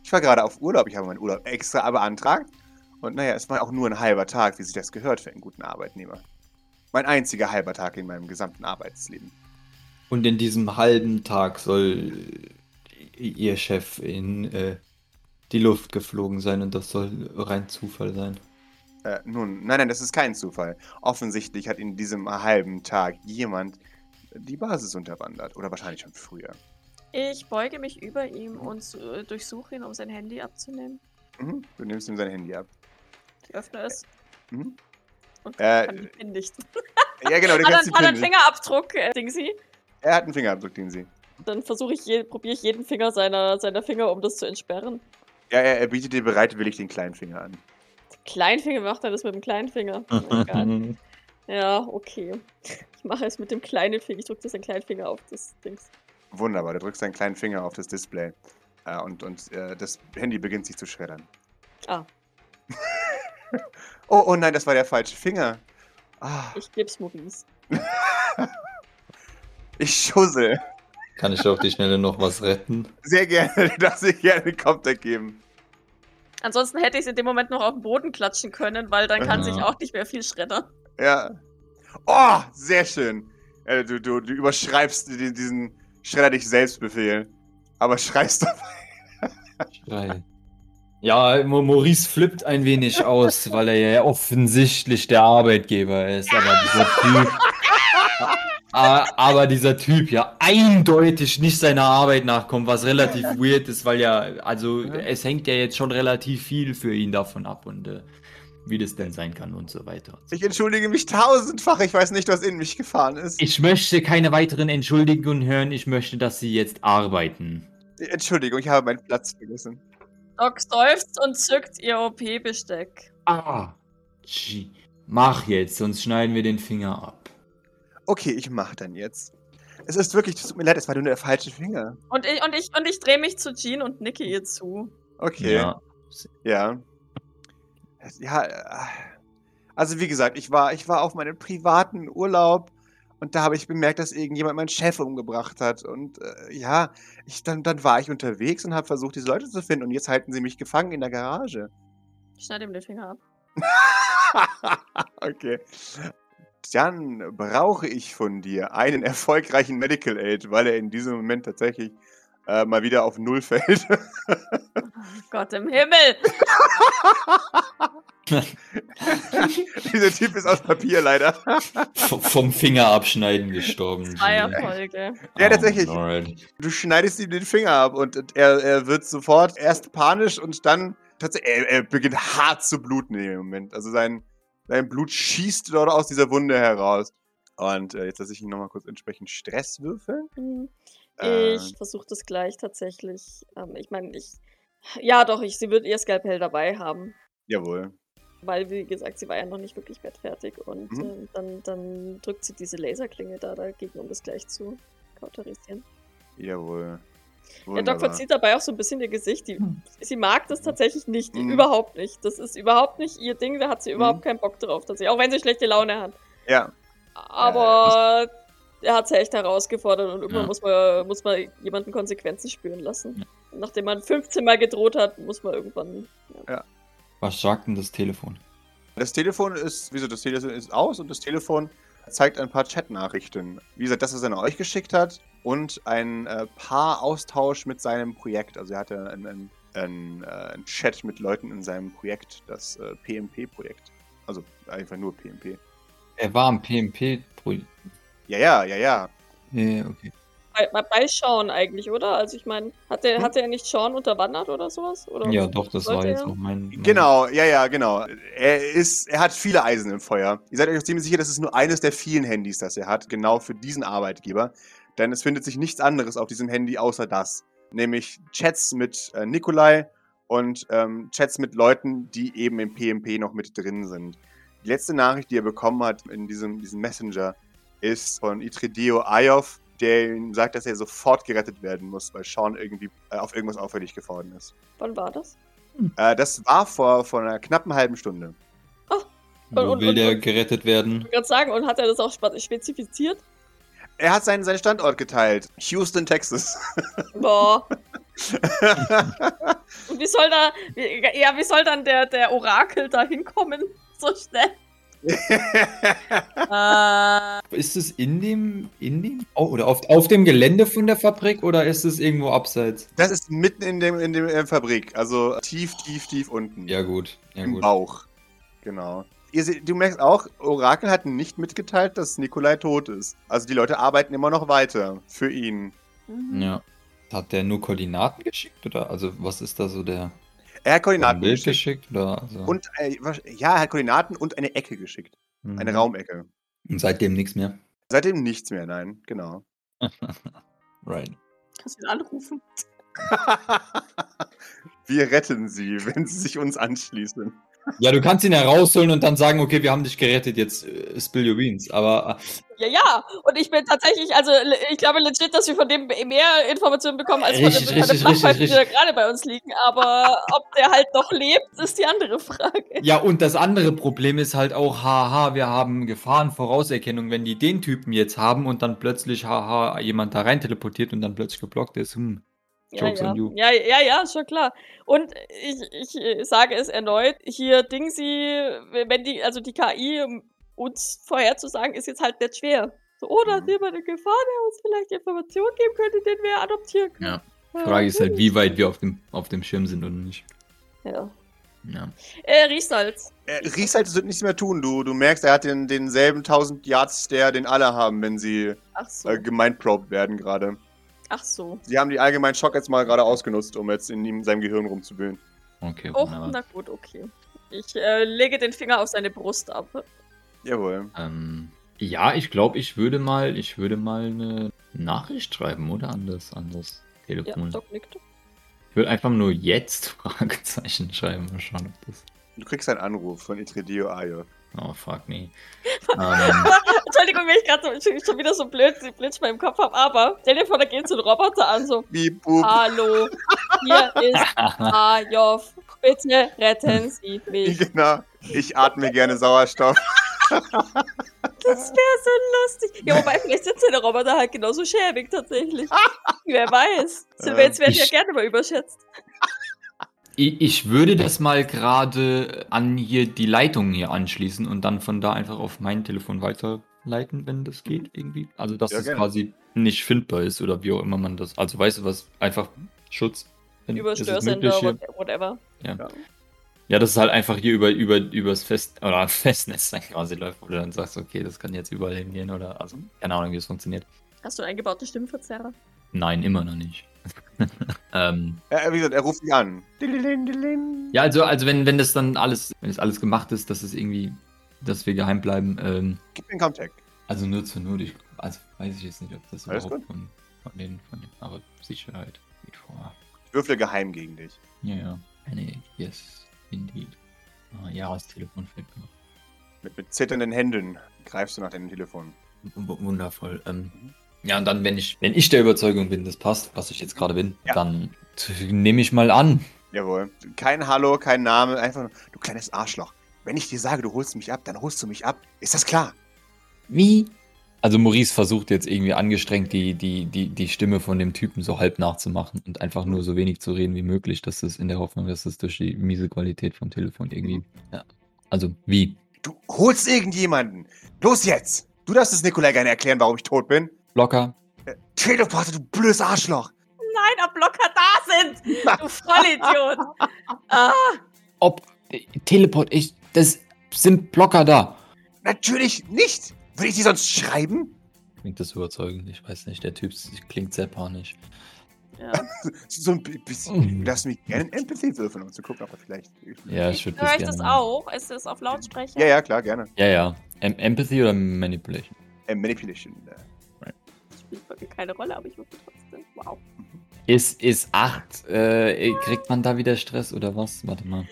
C: Ich war gerade auf Urlaub, ich habe meinen Urlaub extra beantragt. Und naja, es war auch nur ein halber Tag, wie sich das gehört für einen guten Arbeitnehmer. Mein einziger halber Tag in meinem gesamten Arbeitsleben.
D: Und in diesem halben Tag soll äh, Ihr Chef in äh, die Luft geflogen sein und das soll rein Zufall sein.
C: Äh, nun, nein, nein, das ist kein Zufall. Offensichtlich hat in diesem halben Tag jemand die Basis unterwandert. Oder wahrscheinlich schon früher.
B: Ich beuge mich über ihm und äh, durchsuche ihn, um sein Handy abzunehmen.
C: Mhm. Du nimmst ihm sein Handy ab.
B: Ich öffne es
C: Mhm.
B: und
C: Äh,
B: kann Ah, die PIN nicht.
C: Ja, genau, du
B: Hat er-
C: kannst die
B: hat er einen
C: Pin. nicht-
B: Fingerabdruck, äh, Ding sie?
C: Er hat einen Fingerabdruck, den sie.
B: Dann versuche ich, je, probiere ich jeden Finger seiner, seiner Finger, um das zu entsperren.
C: Ja, er, er bietet dir bereitwillig den kleinen Finger an.
B: Kleinfinger macht er das mit dem kleinen Finger.
D: [laughs]
B: Egal. ja, okay. Ich mache es mit dem kleinen Finger. Ich drücke das den kleinen Finger auf das Dings.
C: Wunderbar, du drückst deinen kleinen Finger auf das Display. Äh, und und äh, das Handy beginnt sich zu schreddern.
B: Ah.
C: [laughs] oh, oh nein, das war der falsche Finger. Ah,
B: Ich geb's Maurice.
C: ich schussel.
D: Kann ich auf die Schnelle noch was retten?
C: Sehr gerne, [laughs] dass ich gerne einen Kopter geben.
B: Ansonsten hätte ich es in dem Moment noch auf den Boden klatschen können, weil dann kann
D: Ja.
B: sich auch nicht mehr viel schreddern.
C: Ja. Oh, sehr schön. Äh, du, du, du überschreibst die- diesen Schredder dich selbst Befehl. Aber schreist dabei.
D: Schrei. Ja, Mo- Maurice flippt ein wenig aus, weil er ja offensichtlich der Arbeitgeber ist. Aber dieser Typ, A- aber dieser typ ja eindeutig nicht seiner Arbeit nachkommt, was relativ weird ist, weil ja, also
C: Mhm.
D: es hängt ja jetzt schon relativ viel für ihn davon ab und äh, wie das denn sein kann und so weiter.
C: Ich entschuldige mich tausendfach. Ich weiß nicht, was in mich gefahren ist.
D: Ich möchte keine weiteren Entschuldigungen hören. Ich möchte, dass Sie jetzt arbeiten.
C: Entschuldigung, ich habe meinen Platz vergessen.
B: Doc seufzt und zückt ihr OP-Besteck.
D: Ah, G. Mach jetzt, sonst schneiden wir den Finger ab.
C: Okay, ich mach dann jetzt. Es ist wirklich, es tut mir leid, es war nur der falsche Finger.
B: Und ich, und ich, und ich drehe mich zu Jean und nicke ihr zu.
C: Okay. Ja. Ja, äh, also wie gesagt, ich war, ich war auf meinem privaten Urlaub und da habe ich bemerkt, dass irgendjemand meinen Chef umgebracht hat. Und äh, ja, ich, dann, dann war ich unterwegs und habe versucht, diese Leute zu finden und jetzt halten sie mich gefangen in der Garage.
B: Ich schneide ihm den Finger ab.
C: okay. Dann brauche ich von dir einen erfolgreichen Medical Aid, weil er in diesem Moment tatsächlich äh, mal wieder auf Null fällt. [laughs]
B: Oh Gott im Himmel!
C: Dieser Typ ist aus Papier leider.
D: V- vom Finger abschneiden
B: [laughs]
D: gestorben.
B: Zwei
D: Genie.
B: Erfolge.
C: Ja, tatsächlich.
D: Oh, Lord.
C: Du schneidest ihm den Finger ab und und er, er wird sofort erst panisch und dann tatsächlich, er, er beginnt hart zu bluten in dem Moment. Also sein, sein Blut schießt dort aus dieser Wunde heraus. Und äh, jetzt lasse ich ihn nochmal kurz entsprechend Stress würfeln.
B: Hm,
C: Äh,
B: Ich versuche das gleich tatsächlich. Ähm, ich meine, ich. Ja, doch, ich, sie wird ihr Skalpell dabei haben.
C: Jawohl.
B: Weil, wie gesagt, sie war ja noch nicht wirklich bettfertig. Und
C: Mhm.
B: ähm, dann, dann drückt sie diese Laserklinge da dagegen, um das gleich zu kauterisieren.
C: Jawohl.
B: Der Doc
C: Wunderbar.
B: verzieht dabei auch so ein bisschen ihr Gesicht. Die,
E: Hm.
B: Sie mag das tatsächlich nicht.
C: Mhm.
B: Überhaupt nicht. Das ist überhaupt nicht ihr Ding. Da hat sie überhaupt
C: Mhm.
B: keinen Bock drauf. Tatsächlich. Auch wenn sie schlechte Laune hat.
C: Ja,
B: Aber er hat sie echt herausgefordert und irgendwann
D: Ja.
B: muss, man, muss man jemanden Konsequenzen spüren lassen. Nachdem man 15 Mal gedroht hat, muss man irgendwann.
D: Was sagt denn das Telefon?
C: das Telefon ist, wieso, das Telefon ist aus und das Telefon zeigt ein paar Chatnachrichten. Wie gesagt, das, was er an euch geschickt hat und ein äh, paar Austausch mit seinem Projekt. Also er hatte einen, einen, einen, äh, einen Chat mit Leuten in seinem Projekt, das äh, PMP-Projekt. Also einfach nur PMP.
D: Er war am PMP. -Pro
C: Ja, ja, ja, ja.
D: ja, okay.
B: Bei, bei, bei Sean eigentlich, oder? Also ich meine, hat, der-
C: Hm?
B: hat er nicht Sean unterwandert oder sowas? Oder
D: ja, doch, das war
B: Sollte
D: jetzt
B: er?
D: auch mein. mein
C: Genau, ja, ja, genau. Er ist, er hat viele Eisen im Feuer. Ihr seid euch auch ziemlich sicher, das ist nur eines der vielen Handys, das er hat, genau für diesen Arbeitgeber. Denn es findet sich nichts anderes auf diesem Handy außer das. Nämlich Chats mit äh, Nikolai und ähm, Chats mit Leuten, die eben im PMP noch mit drin sind. Die letzte Nachricht, die er bekommen hat in diesem, diesem Messenger, ist von Itrideo Ayov, der ihm sagt, dass er sofort gerettet werden muss, weil Sean irgendwie äh, auf irgendwas auffällig geworden ist.
B: Wann war das?
C: Äh, das war vor, vor einer knappen halben Stunde.
D: Wo
B: Und- und-
D: will
B: und-
D: der gerettet werden?
B: Ich wollte gerade sagen, und hat er das auch spa- spezifiziert?
C: Er hat seinen, seinen Standort geteilt. Houston, Texas. [laughs]
B: Boah. Und wie soll da, wie, ja, wie soll dann der, der Orakel da hinkommen? [laughs] So
D: [laughs]
B: schnell. Ähm, äh,
D: Ist es in dem, in dem, oh, oder auf, auf dem Gelände von der Fabrik oder ist es irgendwo abseits?
C: das ist mitten in dem, in dem äh, Fabrik. Also tief, tief, tief unten.
D: Ja gut, ja
C: Im
D: gut.
C: Bauch. Genau. Ihr se- du merkst auch, Orakel hat nicht mitgeteilt, dass Nikolai tot ist. Also die Leute arbeiten immer noch weiter für ihn.
D: Ja. Hat der nur Koordinaten geschickt oder also was ist da so der
C: Er hat
D: ein
C: Koordinaten
D: Bild
C: geschickt.
D: geschickt oder also,
C: Und, äh, wasch- ja, er hat Koordinaten und eine Ecke geschickt.
D: Mhm.
C: Eine Raumecke.
D: Und seitdem nichts mehr.
C: Seitdem nichts mehr, nein, genau.
D: Right.
B: kannst du ihn anrufen?
C: Wir retten sie, [laughs] wenn sie sich uns anschließen.
D: Ja, du kannst ihn ja rausholen und dann sagen, okay, wir haben dich gerettet, jetzt äh, spill your beans. Aber äh,
B: Ja, ja. Und ich bin tatsächlich, also le- ich glaube legit, dass wir von dem mehr Informationen bekommen, als
D: Richtig,
B: von den- von
D: richtig,
B: den Fachleuten,
D: richtig,
B: die da gerade bei uns liegen. Aber ob der halt noch lebt, ist die andere Frage.
D: äh, ja, und das andere Problem ist halt auch, haha, wir haben Gefahrenvorauserkennung. Wenn die den Typen jetzt haben und dann plötzlich, haha, jemand da rein teleportiert und dann plötzlich geblockt ist, hm.
B: Ja,
D: Jokes
B: ja.
D: on you.
B: ja, ja, ja, schon klar. Und ich, ich äh, sage es erneut, hier Dingsy, wenn die, also die KI um uns vorherzusagen, ist jetzt halt nicht schwer. So, oh, da
C: Mhm.
B: ist jemand in Gefahr, der uns vielleicht Informationen geben könnte, den wir adoptieren können. Ja.
D: Frage ist halt, wie weit wir auf dem, auf dem Schirm sind und nicht.
B: Ja.
D: Ja.
B: Äh, Riechsalz.
C: Äh, Ries halt wird nichts mehr tun. Du, du merkst, er hat den, denselben 1000 Yards Stare, den alle haben, wenn sie
B: Ach so.
C: äh, gemeinprobt werden gerade.
B: Ach so.
C: Sie haben die allgemeinen Schock jetzt mal gerade ausgenutzt, um jetzt in ihm seinem Gehirn rumzuwühlen.
D: Okay,
B: Oh,
D: wunderbar.
B: na gut, okay. Ich äh, lege den Finger auf seine Brust ab.
C: Jawohl.
D: Ähm, ja, ich glaube, ich würde mal, ich würde mal eine Nachricht schreiben, oder? An das, an das
B: Ja,
D: Telefon.
B: Doc nickt.
D: ich würde einfach nur jetzt [laughs] Fragezeichen schreiben. Mal schauen, ob das.
C: Du kriegst einen Anruf von Itredio Ayo.
D: Oh, fuck, nee. ähm,
B: Entschuldigung, wenn ich gerade so, schon wieder so blöd, blöd in meinem Kopf habe, aber stell dir vor, da geht so ein Roboter an, so,
C: Wie Bub.
B: Ah. Hallo, hier ist
D: [laughs]
B: Ajov. Bitte retten Sie mich.
C: [laughs] Genau. Ich atme gerne Sauerstoff. [laughs]
B: Das wäre so lustig. Ja, wobei, vielleicht sind seine Roboter halt genauso schäbig tatsächlich. Wer weiß.
D: [laughs]
B: Sylvains wird ja
D: Ich-
B: gerne mal überschätzt.
D: ich, ich würde das mal gerade an hier die Leitung hier anschließen und dann von da einfach auf mein Telefon weiterleiten, wenn das geht, irgendwie. Also, dass
C: Mhm. Ja,
D: es
C: gerne.
D: quasi nicht findbar ist oder wie auch immer man das. Also, weißt du was? Einfach Schutz. Wenn- ist es möglich
B: Überstörsender,
D: hier?
B: what- whatever.
D: Ja, das ist halt einfach hier über, über, übers Fest, oder [laughs] Festnetz dann quasi läuft, wo du dann sagst, okay, das kann jetzt überall hingehen oder, also, keine Ahnung, wie es funktioniert.
B: Hast du einen eingebauten Stimmverzerrer?
D: Nein, immer noch nicht. [laughs] ähm,
C: Er, wie gesagt, er ruft dich an. Dililin, dililin.
D: Ja, also, also wenn, wenn das dann alles, wenn das alles gemacht ist, dass es irgendwie, dass wir geheim bleiben, ähm,
C: Gib mir einen Contact.
D: also nur zur Not, ich, also weiß ich jetzt nicht, ob das
C: Alles
D: überhaupt von, von den, von den, aber Sicherheit geht vor.
C: Würfle geheim gegen dich.
D: Ja, ja. Nee, yes, indeed. Ah, ja, das Telefon fällt mir. noch.
C: Mit, mit zitternden Händen greifst du nach deinem Telefon.
D: W w- wundervoll. Ähm, ja, und dann, wenn ich, wenn ich der Überzeugung bin, das passt, was ich jetzt gerade bin,
C: Ja.
D: dann t- nehme ich mal an.
C: Jawohl. Kein Hallo, kein Name, einfach nur, du kleines Arschloch. Wenn ich dir sage, du holst mich ab, dann holst du mich ab. Ist das klar?
D: Wie? Also Maurice versucht jetzt irgendwie angestrengt die, die, die, die Stimme von dem Typen so halb nachzumachen und einfach nur so wenig zu reden wie möglich, dass es in der Hoffnung, dass es durch die miese Qualität vom Telefon irgendwie. Ja. Also wie?
C: Du holst irgendjemanden. Los jetzt. Du darfst es Nikolai gerne erklären, warum ich tot bin.
D: Locker?
C: Äh, Teleporter, du blödes Arschloch.
B: Nein, ob Blocker da sind! Du Vollidiot! ah,
D: Ob äh, Teleport ich das sind Blocker da.
C: Natürlich nicht. Würde ich dir sonst schreiben?
D: Klingt das überzeugend? Ich weiß nicht. Der Typ klingt sehr panisch.
B: ja.
C: So so ein bi- bisschen. Du darfst mich gerne in Empathy würfeln, um zu gucken, ob er vielleicht.
D: [laughs] Ja, ich
B: ich
D: würde
B: höre
D: das
B: ich
D: gerne.
B: das
D: machen.
B: auch? Ist das auf Lautsprecher?
C: Ja, ja, klar, gerne.
D: Ja, ja. Em Empathy oder Manipulation?
C: Äh, Manipulation. Äh,
B: Spielt bei mir keine Rolle, aber ich würde trotzdem. Wow.
D: Ist, ist 8. Äh, kriegt man da wieder Stress oder was? Warte mal.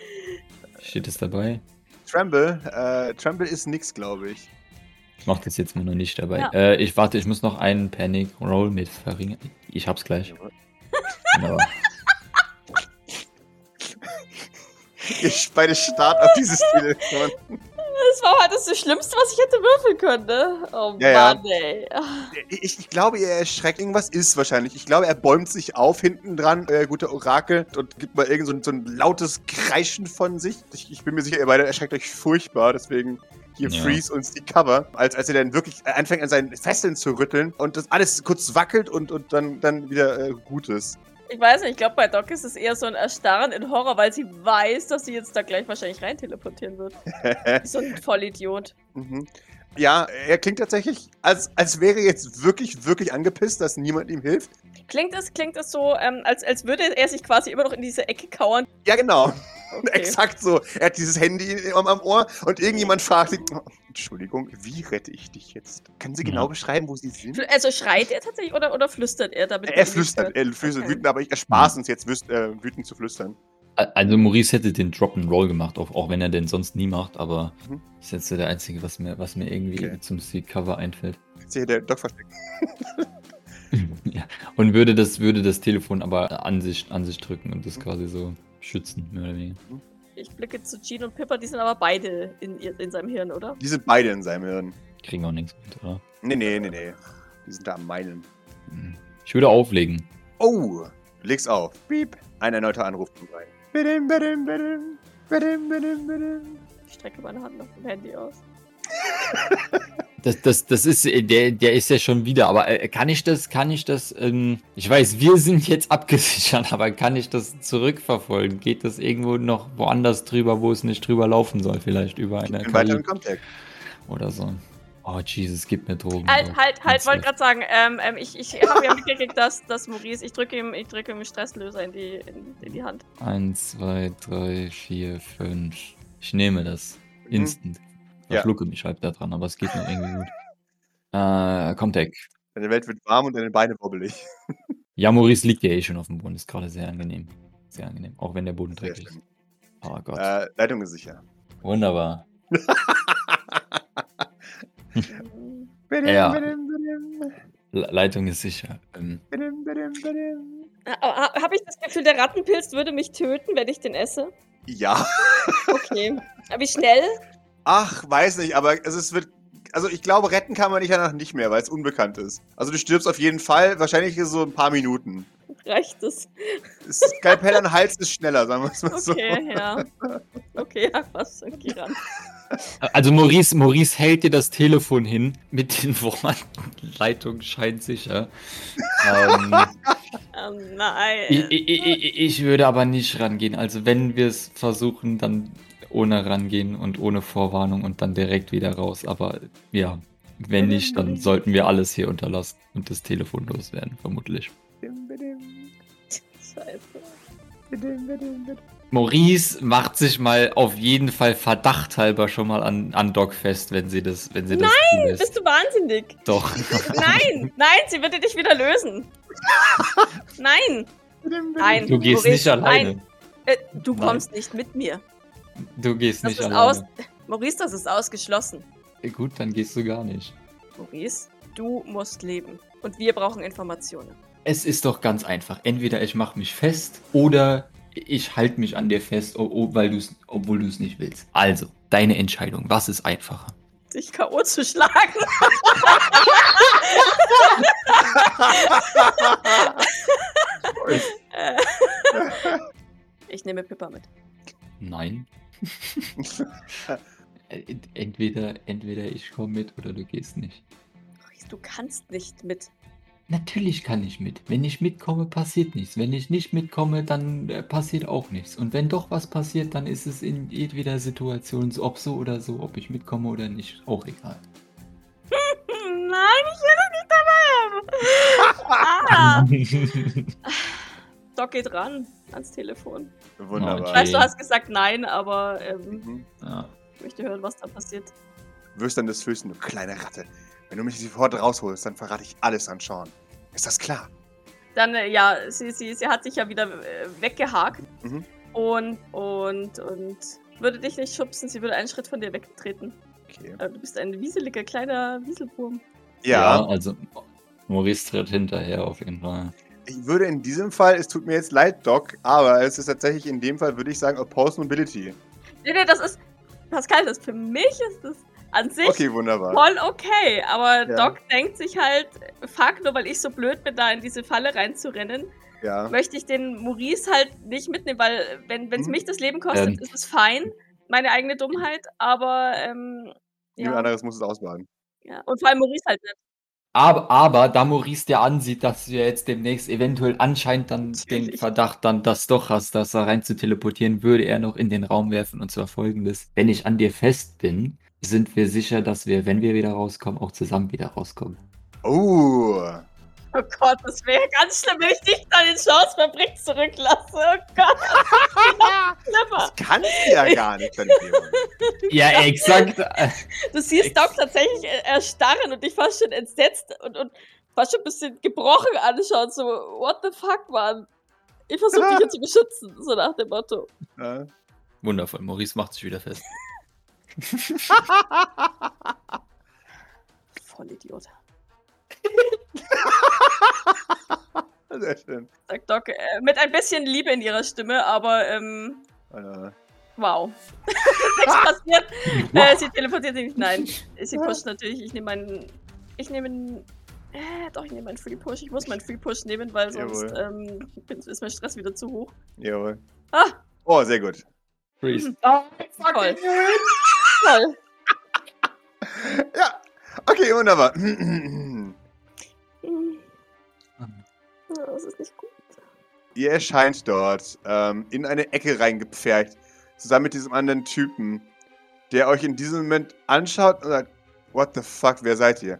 D: Steht das dabei?
C: Tremble, äh, Tremble ist nix, glaube ich.
D: Ich mach das jetzt mal noch nicht dabei.
B: Ja.
D: Äh, ich warte, ich muss noch einen Panic Roll mit verringern. Ich hab's gleich. [laughs] Aber
C: Ich beide start auf dieses Telefon.
B: Das war halt das Schlimmste, was ich hätte würfeln können, ne? Oh
C: Ja, ja.
B: Mann, ey.
C: Ich, ich glaube, er erschreckt. Irgendwas ist wahrscheinlich. Ich glaube, er bäumt sich auf hinten dran, äh, guter Orakel, und gibt mal irgend so ein, so ein lautes Kreischen von sich. Ich, ich bin mir sicher, ihr beide erschreckt euch furchtbar. Deswegen hier
D: Ja.
C: freeze uns die Cover. Als, als er dann wirklich äh, anfängt, an seinen Fesseln zu rütteln und das alles kurz wackelt und, und dann, dann wieder äh, gut ist.
B: Ich weiß nicht, ich glaube, bei Doc ist es eher so ein Erstarren in Horror, weil sie weiß, dass sie jetzt da gleich wahrscheinlich rein teleportieren
C: [laughs]
B: wird. so ein Vollidiot.
C: Mhm. Ja, er klingt tatsächlich, als, als wäre er jetzt wirklich, wirklich angepisst, dass niemand ihm hilft.
B: Klingt es, klingt es so, ähm, als, als würde er sich quasi immer noch in diese Ecke kauern.
C: Ja, genau. [laughs]
B: Okay.
C: Exakt so. Er hat dieses Handy am, am Ohr und irgendjemand fragt ihn, "Oh, Entschuldigung, wie rette ich dich jetzt? Können Sie
D: Ja.
C: genau beschreiben, wo Sie sind?
B: Fl- Also schreit er tatsächlich oder, oder flüstert er damit?
C: Er,
B: man ihn
C: er
B: nicht
C: flüstert,
B: hört?
C: er flüstert
B: Okay.
C: wütend, aber ich erspare es uns jetzt, wüs- äh, wütend zu flüstern.
D: A- also Maurice hätte den Drop and Roll gemacht, auch, auch wenn er den sonst nie macht, aber
C: Mhm.
D: das ist jetzt so der einzige, was mir, was mir irgendwie
C: Okay.
D: zum Seed Cover einfällt. [laughs]
C: Jetzt hier der Doc versteckt.
D: ja. Und würde das, würde das Telefon aber an sich, an sich drücken und
C: Mhm.
D: das quasi so schützen, mehr oder weniger.
B: Ich blicke zu Jean und Pippa, die sind aber beide in, ihr- in seinem Hirn, oder?
C: Die sind beide in seinem Hirn.
D: Kriegen auch nichts mit, oder? Hm.
C: Nee, nee, nee, nee. Die sind da am Meinen.
D: Ich würde auflegen.
C: Oh, leg's auf. Piep. Ein erneuter Anruf kommt rein. Bidim, bidim, bidim. Bidim, bidim, bidim.
B: Ich strecke meine Hand nach dem Handy aus.
D: Das, das, das ist, äh, der, der ist ja schon wieder, aber äh, kann ich das, kann ich das, ähm, ich weiß, wir sind jetzt [laughs] abgesichert, aber kann ich das zurückverfolgen? Geht das irgendwo noch woanders drüber, wo es nicht drüber laufen soll? Vielleicht über eine
C: Einen
D: KI
C: weiteren Contact.
D: oder so. Oh Jesus, gib mir Drogen.
B: Halt,
D: Doc.
B: halt, halt,
D: Ganz
B: wollte gerade
D: schlecht.
B: sagen, ähm, ähm, ich, ich habe ja mitgekriegt, dass, dass Maurice, ich drücke ihm, ich drücke ihm einen Stresslöser in die, in, in die Hand.
D: Eins, zwei, drei, vier, fünf. Ich nehme das.
C: Mhm.
D: Instant. Ich
C: Ja.
D: schlucke mich halb da dran, aber es geht noch irgendwie gut. Äh, Comtech.
C: Deine Welt wird warm und deine Beine wobbelig.
D: Ja, Maurice liegt ja eh schon auf dem Boden, ist gerade sehr angenehm. Sehr angenehm, auch wenn der Boden
C: Sehr
D: dreckig ist.
C: schön.
D: Oh Gott.
C: Äh, Leitung ist sicher.
D: Wunderbar.
B: Hm.
C: Bidim,
D: Ja.
C: bidim, bidim.
D: Le- Leitung ist sicher. Ähm,
C: Bidim, bidim, bidim.
B: Aber Habe Ah, ich das Gefühl, der Rattenpilz würde mich töten, wenn ich den esse?
C: Ja.
B: Okay. Aber wie schnell?
C: Ach, weiß nicht, aber es ist, wird. Also ich glaube, retten kann man dich danach nicht mehr, weil es unbekannt ist. Also du stirbst auf jeden Fall, wahrscheinlich so ein paar Minuten.
B: Reicht es?
C: Das Skalpell an den Hals ist schneller, sagen wir es mal so.
B: Okay, ja. Okay, ja, was? Okay, ran.
D: also Maurice, Maurice hält dir das Telefon
C: [laughs]
D: [laughs] hin mit den Worten Leitung scheint sicher. Ähm,
B: Oh nein.
D: Ich, ich, ich, ich würde aber nicht rangehen. Also wenn wir es versuchen, dann ohne rangehen und ohne Vorwarnung und dann direkt wieder raus. Aber ja, wenn nicht, dann sollten wir alles hier unterlassen und das Telefon loswerden, vermutlich.
C: Dim, bidim,
B: Scheiße.
C: bidim, bidim, bidim.
D: Maurice macht sich mal auf jeden Fall verdachthalber schon mal an, an Doc fest, wenn sie das, wenn sie das zulässt.
B: Bist du wahnsinnig?
D: Doch. [laughs]
B: Nein, nein, sie wird dich wieder lösen. Nein,
C: Bidim, bidim.
B: nein.
D: Du gehst
B: Maurice,
D: nicht alleine.
B: Nein, äh, du
D: Nein.
B: kommst nicht mit mir.
D: Du gehst
B: Das
D: nicht
B: ist
D: alleine.
B: Maurice, das ist ausgeschlossen.
D: Gut, dann gehst du gar nicht.
B: Maurice, du musst leben. Und wir brauchen Informationen.
D: Es ist doch ganz einfach. Entweder ich mache mich fest oder ich halte mich an dir fest, o- o- weil du's, obwohl du es nicht willst. Also, deine Entscheidung. Was ist einfacher?
B: Dich K.O. zu schlagen. Äh, ich nehme Pippa mit.
D: Nein. Äh, Ent- entweder, entweder ich komme mit oder du gehst nicht.
B: Maurice, du kannst nicht mit.
D: Natürlich kann ich mit. Wenn ich mitkomme, passiert nichts. Wenn ich nicht mitkomme, dann äh, passiert auch nichts. Und wenn doch was passiert, dann ist es in jedweder Situation, so- ob so oder so, ob ich mitkomme oder nicht, auch egal.
B: Hm, Nein, ich will das nicht dabei haben.
D: [laughs]
B: Ah, Doc geht ran ans Telefon. Oh, Ich
C: [laughs] Wunderbar.
D: Okay.
B: weiß, du hast gesagt nein, aber ähm,
C: Mhm.
D: ja.
B: ich möchte hören, was da passiert.
C: Wirst dann des Höchsten, du kleine Ratte. Wenn du mich sofort rausholst, dann verrate ich alles an Sean. Ist das klar?
B: Dann, äh, ja, sie, sie, sie hat sich ja wieder äh, weggehakt
C: Mhm.
B: und, und, und würde dich nicht schubsen, sie würde einen Schritt von dir wegtreten.
C: Okay.
B: Äh, Du bist ein wieseliger kleiner Wieselwurm.
C: Ja,
D: also Maurice tritt hinterher auf jeden Fall.
C: ich würde in diesem Fall, es tut mir jetzt leid, Doc, aber es ist tatsächlich in dem Fall, würde ich sagen, Opposed Mobility.
B: Nee, nee, das ist. Pascal, das für mich ist das an sich
C: Okay, wunderbar.
B: voll okay. Aber
C: Ja.
B: Doc denkt sich halt, fuck, nur weil ich so blöd bin, da in diese Falle reinzurennen,
C: Ja.
B: möchte ich den Maurice halt nicht mitnehmen, weil wenn es
C: Mhm.
B: mich das Leben kostet,
D: Ähm.
B: ist es fein. Meine eigene Dummheit, aber ähm,
C: Jemand
B: ja,
C: anderes muss es ausbaden.
B: ja. Und vor allem Maurice halt nicht.
D: Aber, aber da Maurice dir ansieht, dass du ja jetzt demnächst eventuell anscheinend dann den
B: Natürlich.
D: Verdacht dann das doch hast, das da rein zu teleportieren, würde er noch in den Raum werfen und zwar folgendes. Wenn ich an dir fest bin, sind wir sicher, dass wir, wenn wir wieder rauskommen, auch zusammen wieder rauskommen.
C: Oh.
B: Oh Gott, das wäre ganz schlimm, wenn ich dich dann in Chancenfabrik zurücklasse. Oh Gott, [laughs] das ist schlimmer.
C: Kannst du ja gar nicht, deine Dämon.
D: Ja, exakt.
B: Du siehst
D: Ex-
B: Doc tatsächlich er- erstarren und dich fast schon entsetzt und, und fast schon ein bisschen gebrochen anschauen. So, what the fuck, Mann? Ich versuche dich hier zu beschützen, so nach dem Motto.
C: Ja.
D: [laughs] Wundervoll, Maurice macht sich wieder [laughs] fest.
B: Voll Idiot.
C: Ah, Sehr schön.
B: Sagt Doc, äh, mit ein bisschen Liebe in ihrer Stimme, aber ähm,
C: Äh,
B: wow. [laughs] Ist Nichts passiert. Äh, sie teleportiert sich nicht. Nein. Sie pusht natürlich. Ich nehme meinen. Ich nehme. Äh, doch, ich nehme meinen Free Push. Ich muss meinen Free Push nehmen, weil sonst ähm, bin- ist mein Stress wieder zu hoch.
C: jawohl.
B: Ah.
C: Oh, sehr gut.
D: Freeze.
B: Toll. Toll.
C: Ja. Okay, wunderbar. [clears throat]
B: Hm. Ja, Das ist nicht gut.
C: Ihr erscheint dort ähm, in eine Ecke reingepfercht, zusammen mit diesem anderen Typen, der euch in diesem Moment anschaut und sagt, What the fuck, wer seid ihr?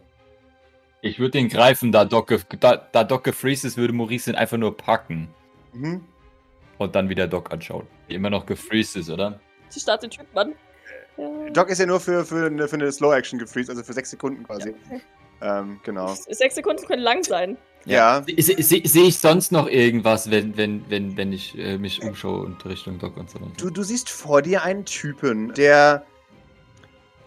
D: Ich würde den greifen, da Doc, ge- da, da Doc gefreezed ist, würde Maurice ihn einfach nur packen
C: Mhm.
D: und dann wieder Doc anschauen. Die immer noch gefreezed ist, oder?
B: Sie starrt den Typen an. Äh,
C: Doc ist ja nur für, für, eine, für eine Slow Action gefreezed, also für sechs Sekunden quasi. Ähm, genau.
B: Sechs Sekunden können lang sein.
C: Ja.
D: Se- se- se- Sehe ich sonst noch irgendwas, wenn, wenn, wenn, wenn ich äh, mich umschaue und Richtung Doc und so weiter?
C: Du, du siehst vor dir einen Typen, der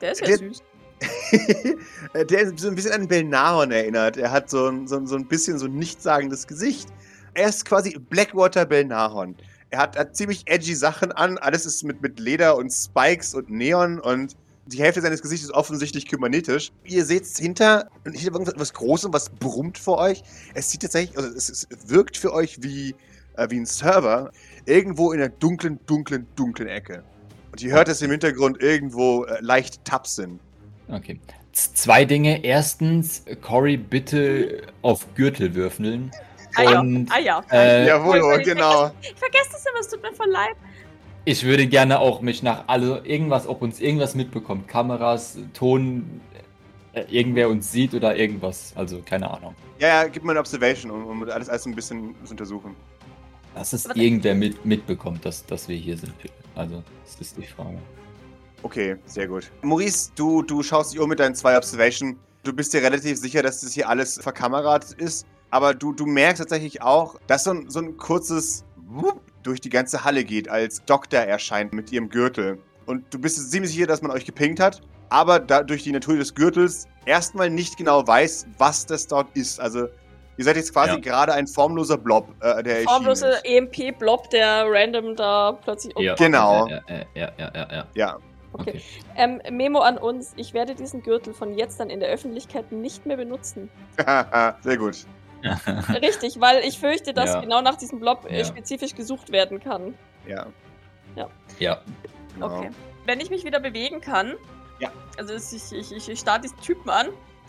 B: Der ist ja
C: Der-
B: süß.
C: [laughs] der so ein bisschen an Belnaron erinnert. Er hat so ein, so, ein- so ein bisschen so ein nichtssagendes Gesicht. Er ist quasi Blackwater Belnaron. Er hat, hat ziemlich edgy Sachen an. Alles ist mit, mit Leder und Spikes und Neon und die Hälfte seines Gesichts ist offensichtlich kybernetisch. Ihr seht es hinter, und hinter irgendwas Großes, was brummt vor euch. Es sieht tatsächlich, also es, es wirkt für euch wie, äh, wie ein Server. Irgendwo in der dunklen, dunklen, dunklen Ecke. Und ihr hört es im Hintergrund irgendwo äh, leicht tapsen.
D: Okay. Z zwei Dinge. Erstens, Cory, bitte auf Gürtel würfeln.
B: Eier.
D: Und
B: Eier.
D: äh,
C: Jawohl,
B: Wollte ich
C: genau.
B: Ah Ich vergesse das immer, es tut mir voll leid.
D: ich würde gerne auch mich nach alle irgendwas, ob uns irgendwas mitbekommt. Kameras, Ton, äh, irgendwer uns sieht oder irgendwas. Also keine Ahnung.
C: Ja, ja, gib mir eine Observation, um, um alles, alles ein bisschen zu untersuchen.
D: Dass es
B: Aber-
D: irgendwer mit, mitbekommt, dass, dass wir hier sind. Also, das ist die Frage.
C: Okay, sehr gut. Maurice, du, du schaust dich um mit deinen zwei Observation. Du bist dir relativ sicher, dass das hier alles verkamerat ist. Aber du, du merkst tatsächlich auch, dass so ein, so ein kurzes Wupp durch die ganze Halle geht, als Doktor erscheint mit ihrem Gürtel. Und du bist dir ziemlich sicher, dass man euch gepinkt hat. Aber da, durch die Natur des Gürtels erstmal nicht genau weiß, was das dort ist. Also, ihr seid jetzt quasi
D: Ja.
C: gerade ein formloser Blob, äh, der erschienen
B: Formlose
C: ist.
B: EMP-Blob, der random da plötzlich. um-
D: Ja,
C: Genau.
D: Ja, ja, ja, ja, ja, ja.
C: Ja,
B: Okay.
D: Okay.
B: Ähm, Memo an uns: Ich werde diesen Gürtel von jetzt an in der Öffentlichkeit nicht mehr
D: [laughs]
B: benutzen.
C: [laughs] sehr gut.
B: Richtig, weil ich fürchte, dass
D: Ja.
B: genau nach diesem Blob äh,
D: Ja.
B: spezifisch gesucht werden kann.
C: Ja.
D: [laughs] ja.
C: Genau.
B: Okay. Wenn ich mich wieder bewegen kann,
C: Ja.
B: also es- ich, ich, ich, ich starte diesen Typen an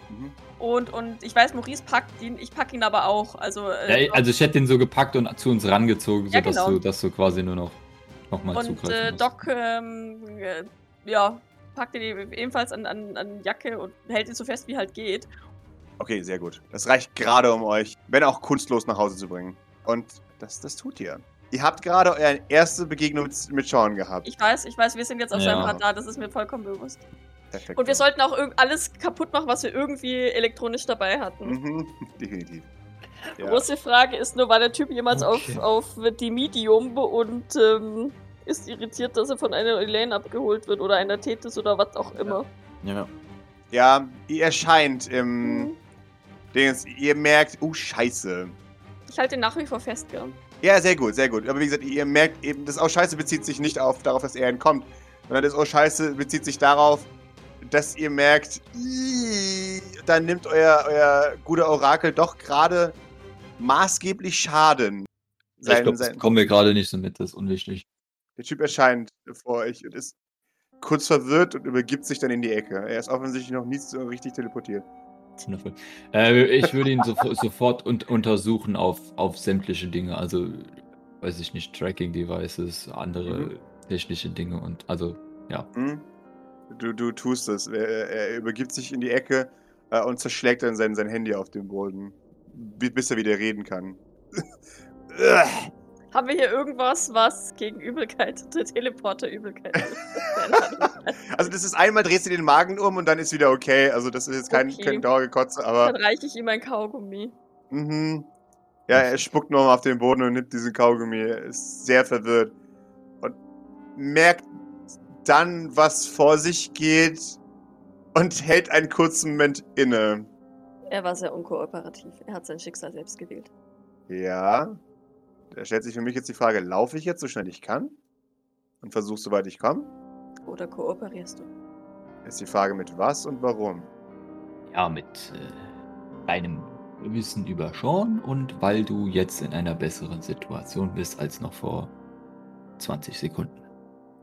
C: Mhm.
B: und, und ich weiß, Maurice packt ihn, ich packe ihn aber auch. Also, äh,
D: Ja, also ich hätte den so gepackt und zu uns rangezogen,
B: Ja,
D: sodass
B: genau.
D: du, dass du quasi nur noch nochmal
B: und
D: zugreifen
B: äh,
D: musst.
B: Doc, ähm, äh, ja, packt ihn eben- ebenfalls an, an, an Jacke und hält ihn so fest, wie halt geht.
C: Okay, sehr gut. Das reicht gerade, um euch, wenn auch kunstlos, nach Hause zu bringen. Und das, das tut ihr. Ihr habt gerade eure erste Begegnung mit, mit Sean gehabt.
B: Ich weiß, ich weiß, wir sind jetzt auf seinem
D: Ja.
B: Radar, das ist mir vollkommen bewusst.
C: Perfekt.
B: Und wir sollten auch irgend- alles kaputt machen, was wir irgendwie elektronisch dabei hatten.
C: Mhm, [laughs] definitiv. Ja.
B: Große Frage ist nur, war der Typ jemals
D: Okay.
B: auf, auf die Medium und ähm, ist irritiert, dass er von einer Elaine abgeholt wird oder einer Tethys oder was auch immer.
D: ja.
C: ja, ihr erscheint im.
B: Mhm.
C: Dingens, ihr merkt, oh Scheiße.
B: Ich halte ihn nach wie vor fest, gell?
C: Ja, sehr gut, sehr gut. Aber wie gesagt, ihr merkt eben, das Oh Scheiße bezieht sich nicht auf, darauf, dass er entkommt, sondern das Oh Scheiße bezieht sich darauf, dass ihr merkt, "Ih, dann nimmt euer, euer guter Orakel doch gerade maßgeblich Schaden.
D: ich
C: Sein,
D: glaube, das
C: sein,
D: kommen wir gerade nicht so mit, das ist unwichtig.
C: der Typ erscheint vor euch und ist kurz verwirrt und übergibt sich dann in die Ecke. Er ist offensichtlich noch nie so richtig teleportiert.
D: Wundervoll. Äh, ich würde ihn
B: [laughs]
D: sofo- sofort un untersuchen auf, auf sämtliche Dinge, also weiß ich nicht, Tracking-Devices, andere
C: Mhm.
D: technische Dinge und also
C: Hm? Du, du tust es. Er, er übergibt sich in die Ecke äh, und zerschlägt dann sein, sein Handy auf den Boden, bi- bis er wieder reden kann. [laughs]
B: Haben wir hier irgendwas, was gegen Übelkeit, der Teleporter Übelkeit?
C: also das ist einmal drehst du den Magen um und dann ist wieder okay. Also das ist jetzt kein,
B: Okay.
C: kein Dauergekotze,
B: [laughs]
C: aber
B: Dann reiche ich ihm ein Kaugummi.
C: mhm. ja, er spuckt nochmal auf den Boden und nimmt diesen Kaugummi. Er Ist sehr verwirrt und merkt dann, was vor sich geht und hält einen kurzen Moment inne.
B: Er war sehr unkooperativ. Er hat sein Schicksal selbst gewählt.
C: Ja. Da stellt sich für mich jetzt die Frage, laufe ich jetzt so schnell ich kann? Und versuche, soweit ich komme?
B: Oder kooperierst du?
C: Ist die Frage mit was und warum?
D: ja, mit äh, deinem Wissen über Sean und weil du jetzt in einer besseren Situation bist als noch vor 20 Sekunden.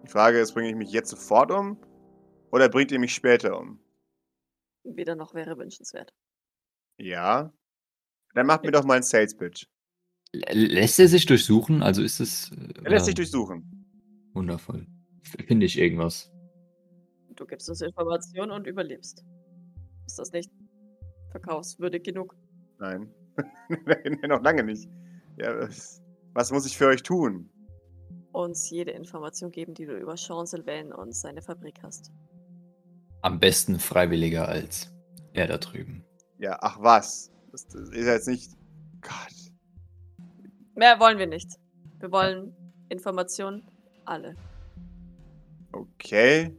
C: Die Frage ist, bringe ich mich jetzt sofort um? Oder bringt ihr mich später um?
B: Weder noch wäre wünschenswert.
C: Ja. Dann macht mir doch mal einen Sales Pitch.
D: L lässt er sich durchsuchen? Also ist es. äh,
C: Er lässt sich
D: oder-
C: durchsuchen.
D: Wundervoll. F- Finde ich irgendwas.
B: Du gibst uns Informationen und überlebst. Ist das nicht verkaufswürdig genug?
C: Nein. [laughs] Nein, noch lange nicht. Ja, was- was muss ich für euch tun?
B: Uns jede Information geben, die du über Sean Sylvain und seine Fabrik hast.
D: Am besten freiwilliger als er da drüben.
C: Ja, ach was. Das, das ist jetzt nicht. Gott.
B: Mehr wollen wir nicht. Wir wollen Informationen alle.
C: Okay.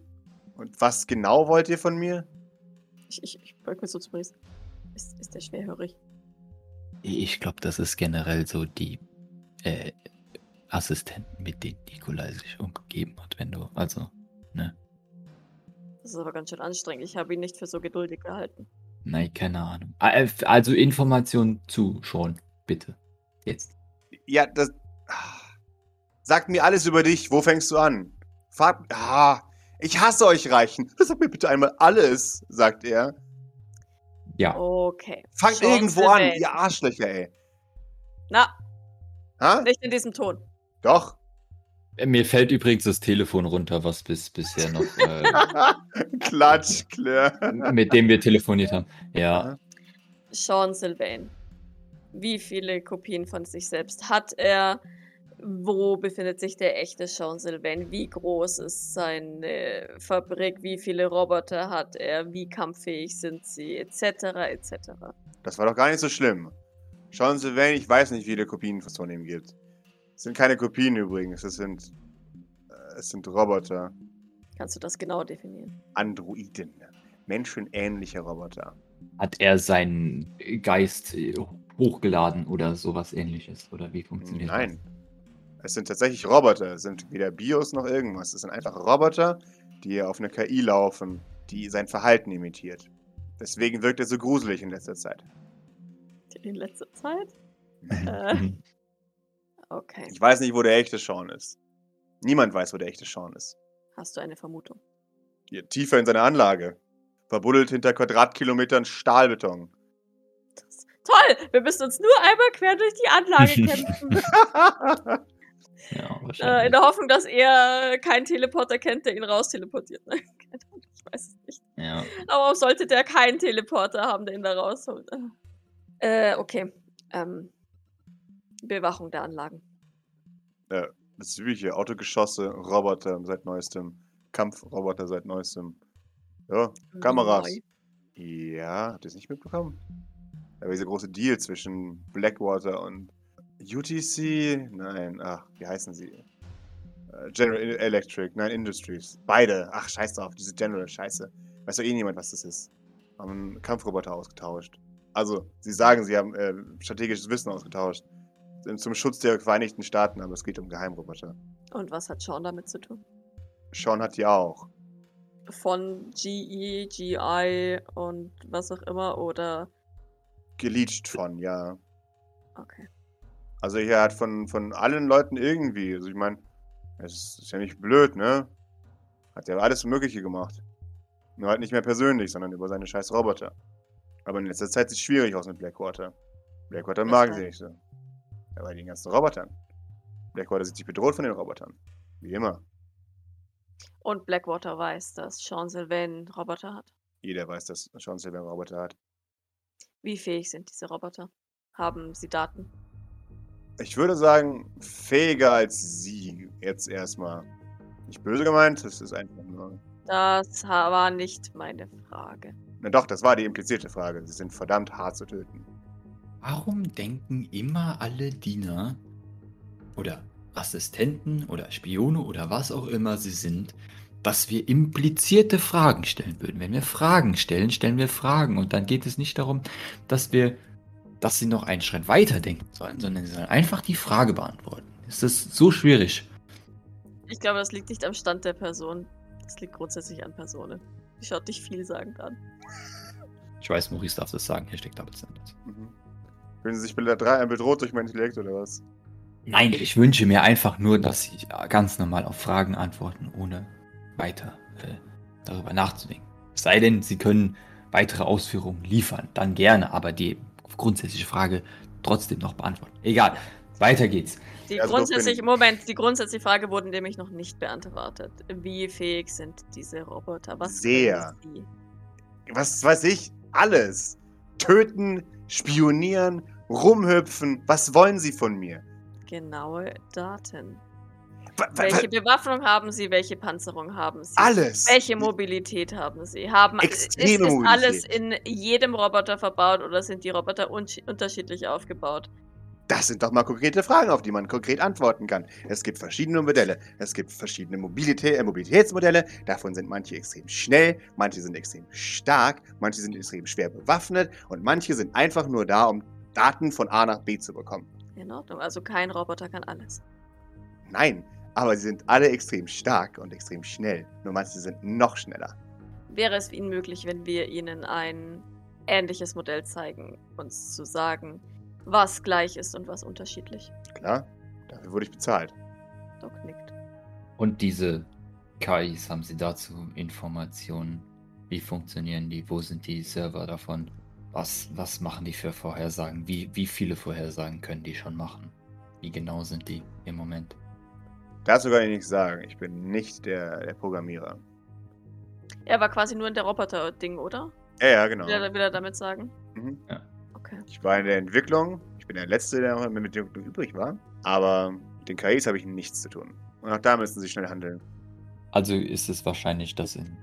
C: Und was genau wollt ihr von mir?
B: Ich, ich, ich beug mich so zu Maurice. Ist, ist der schwerhörig?
D: Ich glaube, das ist generell so die äh, Assistenten, mit denen Nikolai sich umgegeben hat, wenn du. Also,
B: Das ist aber ganz schön anstrengend. Ich habe ihn nicht für so geduldig gehalten.
D: nein, keine Ahnung. Ah, äh, Also Informationen zu Sean, bitte. Jetzt.
C: Ja, das. Sag mir alles über dich. Wo fängst du an? Frag. Ah, ich hasse euch Reichen. [laughs] Sag mir bitte einmal alles, sagt er.
D: Ja.
B: Okay.
C: Fangt
B: Sean
C: irgendwo an,
B: Sylvain.
C: ihr Arschlöcher, ey.
B: Na,
C: Ha?
B: nicht in diesem Ton.
C: Doch. [laughs]
E: Äh, Mir fällt übrigens das Telefon runter, was bis bisher noch
D: [laughs]
E: äh,
C: Klatsch, Claire.
E: mit dem wir telefoniert haben. Ja,
B: Sean Sylvain. Wie viele Kopien von sich selbst hat er? Wo befindet sich der echte Sean Sylvain? Wie groß ist seine Fabrik? Wie viele Roboter hat er? Wie kampffähig sind sie? Etc. etc.
C: Das war doch gar nicht so schlimm. Schauen Sie, wenn ich weiß nicht, wie viele Kopien es von ihm gibt. Es sind keine Kopien übrigens, es sind. äh, Es sind Roboter.
B: Kannst du das genau definieren?
C: Androiden. Menschenähnliche Roboter.
E: hat er seinen Geist äh, hochgeladen oder sowas ähnliches? Oder wie funktioniert
C: Nein. Es sind tatsächlich Roboter. Es sind weder Bios noch irgendwas. Es sind einfach Roboter, die auf eine KI laufen, die sein Verhalten imitiert. Deswegen wirkt er so gruselig in letzter Zeit.
B: In letzter Zeit?
E: das?
B: Äh,
E: Mhm.
B: okay.
C: Ich weiß nicht, wo der echte Sean ist. Niemand weiß, wo der echte Sean ist.
B: Hast du eine Vermutung?
C: Hier, tiefer in seiner Anlage. Verbuddelt hinter Quadratkilometern Stahlbeton.
B: Das Toll! Wir müssen uns nur einmal quer durch die Anlage kämpfen.
E: Ja,
B: äh, in
E: wahrscheinlich.
B: der Hoffnung, dass er keinen Teleporter kennt, der ihn rausteleportiert. [laughs] Nein, keine Ahnung, ich weiß es nicht.
E: ja.
B: Aber warum sollte der keinen Teleporter haben, der ihn da rausholt? Äh, okay. Ähm, Bewachung der Anlagen.
C: Bezügliche Autogeschosse, Roboter seit neuestem. Kampfroboter seit neuestem. Ja, Kameras.
B: Neu.
C: Ja, habt ihr es nicht mitbekommen? Da war dieser große Deal zwischen Blackwater und UTC. Nein, ach, wie heißen sie? Äh, General Electric, nein, Industries. Beide. Ach, scheiß drauf, diese General, scheiße. Weiß doch eh niemand, was das ist. Haben einen Kampfroboter ausgetauscht. Also, sie sagen, sie haben äh, strategisches Wissen ausgetauscht. Sind Zum Schutz der Vereinigten Staaten, aber es geht um Geheimroboter.
B: Und was hat Sean damit zu tun?
C: Sean hat die auch.
B: Von GE, GI und was auch immer oder.
C: Geleached von, ja.
B: Okay.
C: Also er hat von, von allen Leuten irgendwie, also ich meine, es ist, ist ja nicht blöd, ne? Hat ja alles Mögliche gemacht. Nur halt nicht mehr persönlich, sondern über seine scheiß Roboter. Aber in letzter Zeit sieht es schwierig aus mit Blackwater. Blackwater
B: Das
C: mag
B: heißt-
C: sie nicht so. Aber den ganzen Robotern. Blackwater sieht sich bedroht von den Robotern. Wie immer.
B: Und Blackwater weiß, dass Sean Sylvain einen Roboter hat.
C: Jeder weiß, dass Sean Silver einen Roboter hat.
B: Wie fähig sind diese Roboter? Haben sie Daten?
C: Ich würde sagen, fähiger als sie. Jetzt erstmal. Nicht böse gemeint, das ist einfach nur
B: Das ha- war nicht meine Frage.
C: Na doch, das war die implizierte Frage. Sie sind verdammt hart zu töten.
D: Warum denken immer alle Diener oder Assistenten oder Spione oder was auch immer sie sind, dass wir implizierte Fragen stellen würden? Wenn wir Fragen stellen, stellen wir Fragen und dann geht es nicht darum, dass wir, dass sie noch einen Schritt weiter denken sollen, sondern sie sollen einfach die Frage beantworten. Es ist so schwierig.
B: Ich glaube, das liegt nicht am Stand der Person. Das liegt grundsätzlich an Personen. Die schaut dich vielsagend an.
D: Ich weiß, Maurice darf das sagen. Hashtag Double Standards.
C: Mhm. Fühlen Sie sich bedra- bedroht durch meinen Intellekt oder was?
D: Nein, ich wünsche mir einfach nur, dass sie ganz normal auf Fragen antworten, ohne weiter äh, darüber nachzudenken. Es sei denn, sie können weitere Ausführungen liefern, dann gerne, aber die grundsätzliche Frage trotzdem noch beantworten. Egal, weiter geht's.
B: Die
C: Ja, so doof bin
B: grundsätzliche,
C: ich.
B: Moment, die grundsätzliche Frage wurde nämlich noch nicht beantwortet. Wie fähig sind diese Roboter? Was können
C: Sehr.
B: sie?
C: Was weiß ich? Alles. Töten, spionieren, rumhüpfen. Was wollen Sie von mir?
B: Genaue Daten.
C: Wa- wa-
B: Welche Bewaffnung haben sie? Welche Panzerung haben sie?
C: wa- alles.
B: Welche Mobilität haben sie? Haben
C: Extreme
B: ist, ist alles
C: Mobilität.
B: in jedem Roboter verbaut oder sind die Roboter unsch- unterschiedlich aufgebaut?
C: Das sind doch mal konkrete Fragen, auf die man konkret antworten kann. Es gibt verschiedene Modelle. Es gibt verschiedene Mobilitä äh, Mobilitätsmodelle. Davon sind manche extrem schnell, manche sind extrem stark, manche sind extrem schwer bewaffnet und manche sind einfach nur da, um Daten von A nach B zu bekommen.
B: In Ordnung, also kein Roboter kann alles.
C: Nein, aber sie sind alle extrem stark und extrem schnell. Nur manche sind noch schneller.
B: Wäre es Ihnen möglich, wenn wir Ihnen ein ähnliches Modell zeigen, uns zu sagen, was gleich ist und was unterschiedlich?
C: Klar, dafür wurde ich bezahlt.
B: Doc nickt.
E: Und diese KIs, haben sie dazu Informationen? Wie funktionieren die? Wo sind die Server davon? Was, was machen die für Vorhersagen? Wie, wie viele Vorhersagen können die schon machen? Wie genau sind die im Moment?
C: Dazu kann ich nichts sagen. Ich bin nicht der, der Programmierer.
B: Er war quasi nur in der Roboter-Ding, oder?
C: Ja, ja, genau.
B: Will er, will er damit sagen?
C: Mhm.
E: Ja.
B: Okay.
C: Ich war in der Entwicklung. Ich bin der Letzte, der noch mit dem übrig war. Aber mit den KIs habe ich nichts zu tun. Und auch da müssen sie schnell handeln.
E: Also ist es wahrscheinlich, dass in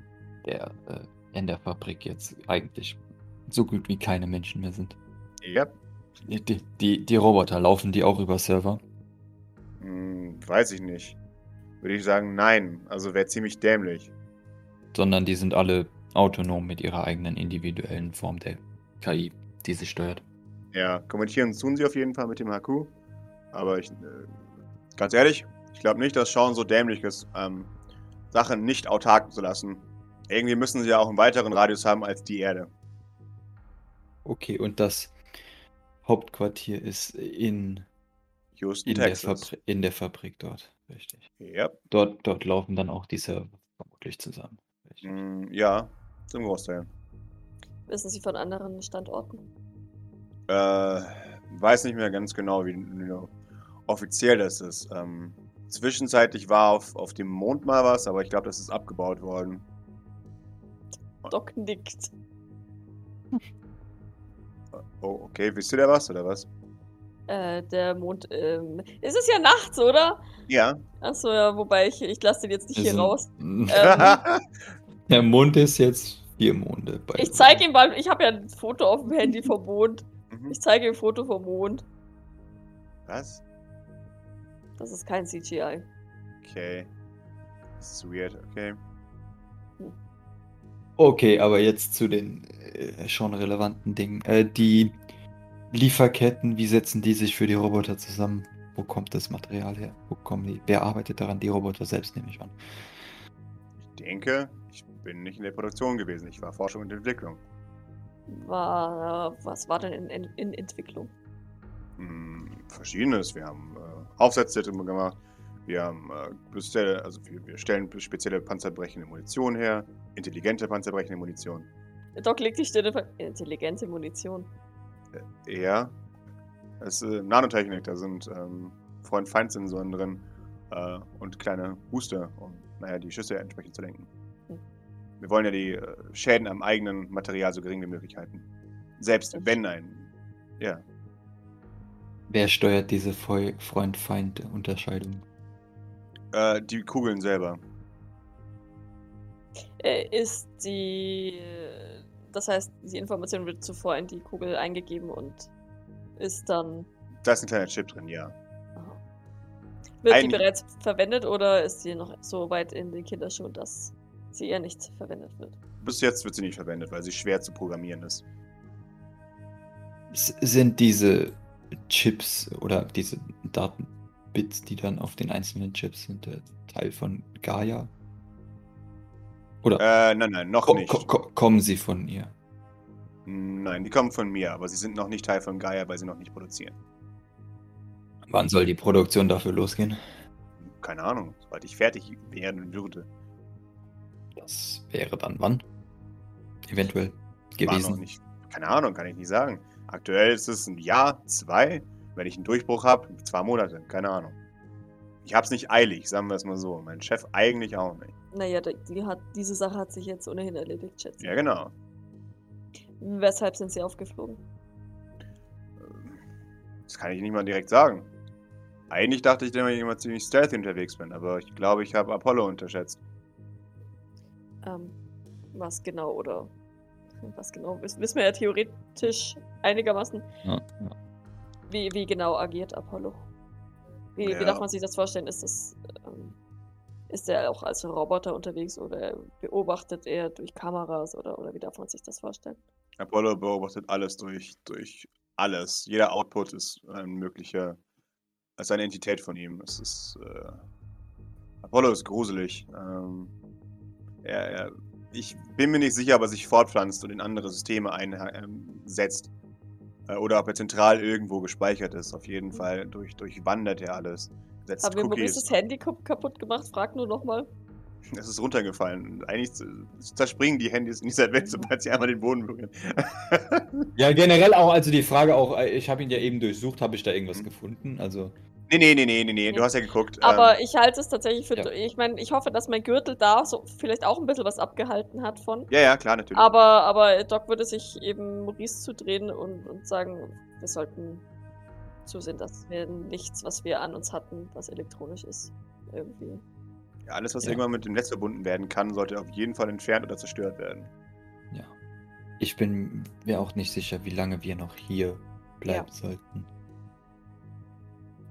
E: der, äh, in der Fabrik jetzt eigentlich so gut wie keine Menschen mehr sind.
C: Ja,
E: Die, die- die, die Roboter laufen die auch über Server.
C: hm, weiß ich nicht. Würde ich sagen, nein. Also wäre ziemlich dämlich.
E: sondern die sind alle autonom mit ihrer eigenen individuellen Form der KI, die sie steuert.
C: Ja, kommentieren tun sie auf jeden Fall mit dem HQ. Aber ich, äh, ganz ehrlich, ich glaube nicht, dass Schauen so dämlich ist, ähm, Sachen nicht autark zu lassen. Irgendwie müssen sie ja auch einen weiteren Radius haben als die Erde.
D: Okay, und das Hauptquartier ist in,
C: Houston,
E: In
D: in, der,
C: Texas.
D: Fabri in der Fabrik dort. Richtig.
C: Ja,
E: Dort, dort laufen dann auch die Server vermutlich zusammen.
B: Mhm.
C: mm, ja, zum Großteil.
B: Wissen Sie von anderen Standorten?
C: Äh, weiß nicht mehr ganz genau, wie wie offiziell das ist. Ähm, zwischenzeitlich war auf, auf dem Mond mal was, aber ich glaube, das ist abgebaut worden.
B: Doc nickt.
C: Oh, okay, wisst ihr da was oder was?
B: Äh, der Mond, ähm, es ist ja nachts, oder?
C: Ja.
B: Achso, ja, wobei ich, ich lasse den jetzt nicht
E: Ist
B: hier
E: ein-
D: [laughs]
B: raus. Ähm.
D: Der Mond ist jetzt vier Monde. by
B: Ich
D: the
B: zeige
D: way.
B: ihm mal, ich habe ja ein Foto auf dem Handy vom Mond.
C: [laughs] Mhm.
B: Ich zeige ihm ein Foto vom Mond.
C: Was?
B: Das ist kein CGI.
C: Okay. Das ist weird, okay.
D: Okay, aber jetzt zu den äh, schon relevanten Dingen. Äh, die Lieferketten, wie setzen die sich für die Roboter zusammen? Wo kommt das Material her? Wo kommen die? Wer arbeitet daran? Die Roboter selbst nehme ich an.
C: Ich denke, ich bin nicht in der Produktion gewesen. Ich war Forschung und Entwicklung.
B: War, äh, was war denn in, in, in Entwicklung?
C: Hm, verschiedenes. Wir haben äh, Aufsätze drin gemacht. Wir haben äh, spezielle, also wir, wir stellen spezielle panzerbrechende Munition her. Intelligente panzerbrechende Munition.
B: Doc legt die Stirne ver- Intelligente Munition.
C: Ja. Es ist äh, Nanotechnik, da sind ähm, Freund-Feind-Sensoren drin äh, und kleine Booster, um naja, die Schüsse entsprechend zu lenken.
B: Hm.
C: Wir wollen ja die äh, Schäden am eigenen Material so gering wie möglich halten. Selbst
B: Das
C: wenn ein. Ja.
D: Wer steuert diese Feu- Freund-Feind-Unterscheidung?
C: Äh, die Kugeln selber.
B: Äh, ist die. äh, Das heißt, die Information wird zuvor in die Kugel eingegeben und ist dann.
C: Da ist ein kleiner Chip drin, ja.
B: Wird
C: Ein-
B: die bereits verwendet oder ist sie noch so weit in den Kinderschuhen, dass sie eher nicht verwendet wird?
C: Bis jetzt wird sie nicht verwendet, weil sie schwer zu programmieren ist.
D: S sind diese Chips oder diese Datenbits, die dann auf den einzelnen Chips sind, äh, Teil von Gaia? Oder
C: Äh, nein, nein, noch
D: ko
C: nicht.
D: ko ko kommen sie von ihr?
C: Nein, die kommen von mir, aber sie sind noch nicht Teil von Gaia, weil sie noch nicht produzieren.
D: Wann soll die Produktion dafür losgehen?
C: Keine Ahnung, sobald ich fertig werden würde.
D: Das wäre dann wann? Eventuell
C: War noch
D: gewesen.
C: nicht. Keine Ahnung, kann ich nicht sagen. Aktuell ist es ein Jahr, zwei. Wenn ich einen Durchbruch habe, zwei Monate, keine Ahnung. Ich hab's nicht eilig, sagen wir es mal so. Mein Chef eigentlich auch nicht.
B: Naja, die- die hat, diese Sache hat sich jetzt ohnehin erledigt, schätze ich.
C: Ja, genau.
B: Weshalb sind sie aufgeflogen?
C: Das kann ich nicht mal direkt sagen. Eigentlich dachte ich, dass ich immer ziemlich stealthy unterwegs bin, aber ich glaube, ich habe Apollo unterschätzt.
B: Ähm, was genau oder. Was genau? wiss- Wissen wir ja theoretisch einigermaßen,
E: Ja,
B: wie, wie genau agiert Apollo. Wie,
C: Ja.
B: wie darf man sich das vorstellen? Ist das. Ähm, ist er auch als Roboter unterwegs oder beobachtet er durch Kameras oder, oder wie darf man sich das vorstellen?
C: Apollo beobachtet alles durch, durch alles. Jeder Output ist ein möglicher, ist eine Entität von ihm. Es ist, äh, Apollo ist gruselig. Ähm, er, er, ich bin mir nicht sicher, ob er sich fortpflanzt und in andere Systeme einsetzt. Äh, oder ob er zentral irgendwo gespeichert ist. Auf jeden Fall durch, durchwandert er alles. Setzt
B: Haben wir
C: Cookies. Ähm,
B: Maurices Handy kap- kaputt gemacht? Frag nur nochmal.
C: Es ist runtergefallen. Eigentlich z- zerspringen die Handys in dieser Welt, sobald sie einmal den Boden berühren. [laughs]
D: Ja, generell auch, also die Frage auch, äh, ich habe ihn ja eben durchsucht, habe ich da irgendwas
C: Mhm.
D: gefunden? Also,
C: nee, nee, nee, nee, nee, nee, du hast ja geguckt.
B: Aber
C: ähm,
B: ich halte es tatsächlich für.
D: ja.
B: Ich meine, ich hoffe, dass mein Gürtel da so vielleicht auch ein bisschen was abgehalten hat von.
C: ja, ja, klar, natürlich.
B: Aber, aber Doc würde sich eben Maurice zudrehen und, und sagen, wir sollten zusehen, dass wir nichts, was wir an uns hatten, was elektronisch ist, irgendwie.
C: Ja, alles, was
D: Ja.
C: irgendwann mit dem Netz verbunden werden kann, sollte auf jeden Fall entfernt oder zerstört werden.
D: ja. Ich bin mir auch nicht sicher, wie lange wir noch hier bleiben sollten.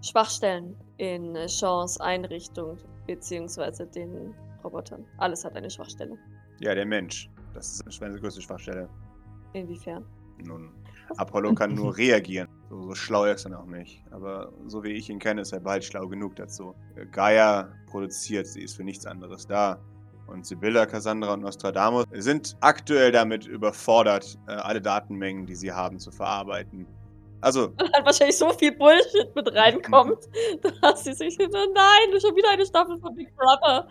B: Schwachstellen in äh, Sean's Einrichtung beziehungsweise den Robotern. Alles hat eine Schwachstelle.
C: Ja, der Mensch. Das ist seine größte Schwachstelle.
B: Inwiefern? [laughs]
C: Nun, Apollo kann nur reagieren. So, so schlau ist er noch nicht. Aber so wie ich ihn kenne, ist er bald schlau genug dazu. Äh, Gaia produziert, sie ist für nichts anderes da. Und Sibylla, Cassandra und Nostradamus sind aktuell damit überfordert, äh, alle Datenmengen, die sie haben, zu verarbeiten. Also,
B: hat wahrscheinlich so viel Bullshit mit
D: [laughs]
B: reinkommt, dass sie sich so, nein, schon wieder eine Staffel von Big Brother.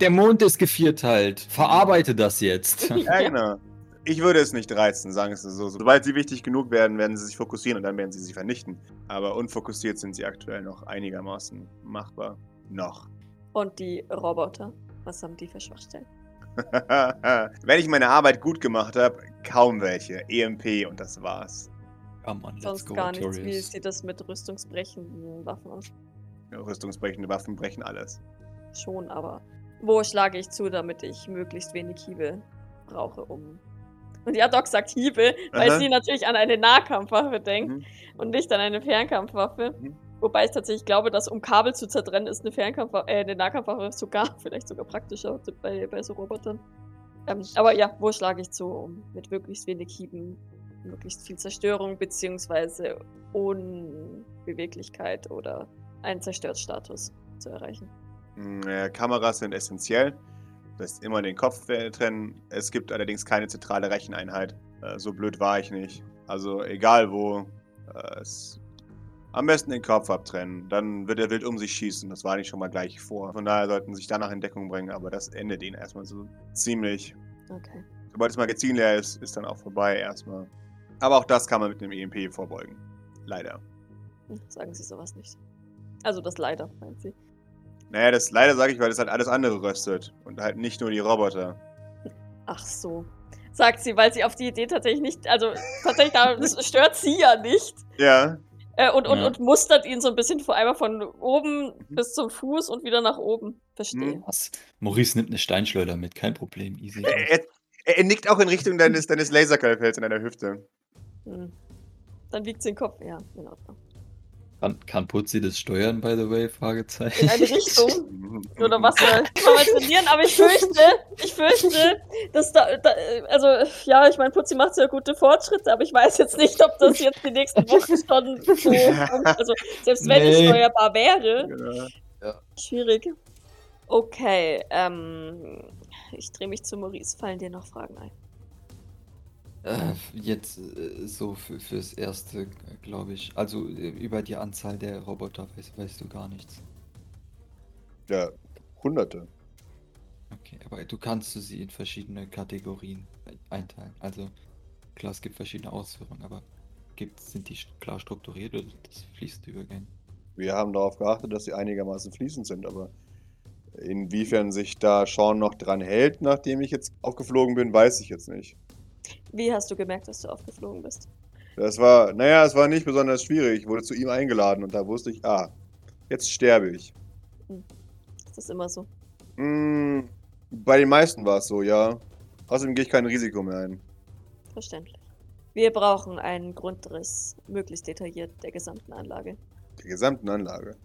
D: Der Mond ist gevierteilt. Verarbeite
B: [laughs]
D: das jetzt.
C: ja, genau. Ich würde es nicht reizen, sagen wir es so. Sobald sie wichtig genug werden, werden sie sich fokussieren und dann werden sie sie vernichten. Aber unfokussiert sind sie aktuell noch einigermaßen machbar. Noch. [laughs]
B: Und die Roboter, was haben die für Schwachstellen?
C: Wenn ich meine Arbeit gut gemacht habe, kaum welche. EMP und das war's.
D: Come on, let's
B: Sonst
D: go,
B: gar nichts. Wie
D: Torius.
B: sieht das mit rüstungsbrechenden Waffen aus?
C: Rüstungsbrechende Waffen brechen alles.
B: Schon, aber wo schlage ich zu, damit ich möglichst wenig Hiebe brauche, um. Und ja, Doc sagt Hiebe, weil
C: Aha.
B: sie natürlich an eine Nahkampfwaffe denkt
C: Mhm.
B: und nicht an eine Fernkampfwaffe.
C: Mhm.
B: Wobei ich tatsächlich glaube, dass um Kabel zu zertrennen, ist eine Fernkampfwaffe, äh, eine Nahkampfwaffe sogar, [laughs] vielleicht sogar praktischer bei, bei so Robotern. Ähm, aber ja, wo schlage ich zu, um mit möglichst wenig Hieben, möglichst viel Zerstörung beziehungsweise Unbeweglichkeit oder einen Zerstörtstatus zu erreichen?
C: Mm, äh, Kameras sind essentiell. Das heißt, immer den Kopf äh, trennen. Es gibt allerdings keine zentrale Recheneinheit. Äh, so blöd war ich nicht. Also egal wo. Äh, es am besten den Kopf abtrennen. Dann wird er wild um sich schießen. Das war nicht schon mal gleich vor. Von daher sollten sie sich danach in Deckung bringen. Aber das endet ihnen erstmal so ziemlich.
B: Okay.
C: Sobald das Magazin leer ist, ist dann auch vorbei erstmal. Aber auch das kann man mit einem EMP vorbeugen. Leider.
B: Hm, Sagen Sie sowas nicht. Also das leider, meint sie.
C: Naja, das leider sage ich, weil das halt alles andere röstet. Und halt nicht nur die Roboter.
B: Ach so. Sagt sie, weil sie auf die Idee tatsächlich nicht, also tatsächlich, da- das stört sie ja nicht.
C: Ja.
B: Äh, und, und,
D: Ja. Mhm.
B: und mustert ihn so ein bisschen vor einmal von oben bis zum Fuß und wieder nach oben. Verstehe.
C: Mhm.
D: Was? Maurice nimmt eine Steinschleuder mit, kein Problem,
C: [laughs]
D: easy.
C: Er, er, er nickt auch in Richtung deines, deines Laserkeilfelds in deiner Hüfte.
D: Mhm.
B: Hm. Dann wiegt sie den Kopf. Ja, in
D: [laughs]
B: Ordnung.
D: Kann, kann Putzi das steuern, by the way? Fragezeichen.
B: In eine Richtung. Oder was
C: Mhm.
B: soll ich mal trainieren? Aber ich fürchte, ich fürchte, dass da, da also ja, ich meine, Putzi macht sehr gute Fortschritte, aber ich weiß jetzt nicht, ob das jetzt die
D: [laughs]
B: nächsten Wochen schon so, also selbst wenn es
D: Nee.
B: steuerbar wäre,
C: Ja.
B: schwierig. Okay, ähm, ich drehe mich zu Maurice. Fallen dir noch Fragen ein?
D: Äh, jetzt äh, so für, fürs Erste, glaube ich. Also äh, über die Anzahl der Roboter weißt, weißt du gar nichts.
C: ja, hunderte.
D: Okay, aber du kannst sie in verschiedene Kategorien einteilen. Also klar, es gibt verschiedene Ausführungen, aber gibt, sind die st- klar strukturiert oder das fließt übergehen?
C: Wir haben darauf geachtet, dass sie einigermaßen fließend sind, aber inwiefern sich da Sean noch dran hält, nachdem ich jetzt aufgeflogen bin, weiß ich jetzt nicht.
B: Wie hast du gemerkt, dass du aufgeflogen bist?
C: Das war, naja, es war nicht besonders schwierig. Ich wurde zu ihm eingeladen und da wusste ich, ah, jetzt sterbe ich.
B: Ist das immer so?
C: Hm, bei den meisten war es so, ja. Außerdem gehe ich kein Risiko mehr ein.
B: Verständlich. Wir brauchen einen Grundriss, möglichst detailliert, der gesamten Anlage.
C: Der gesamten Anlage.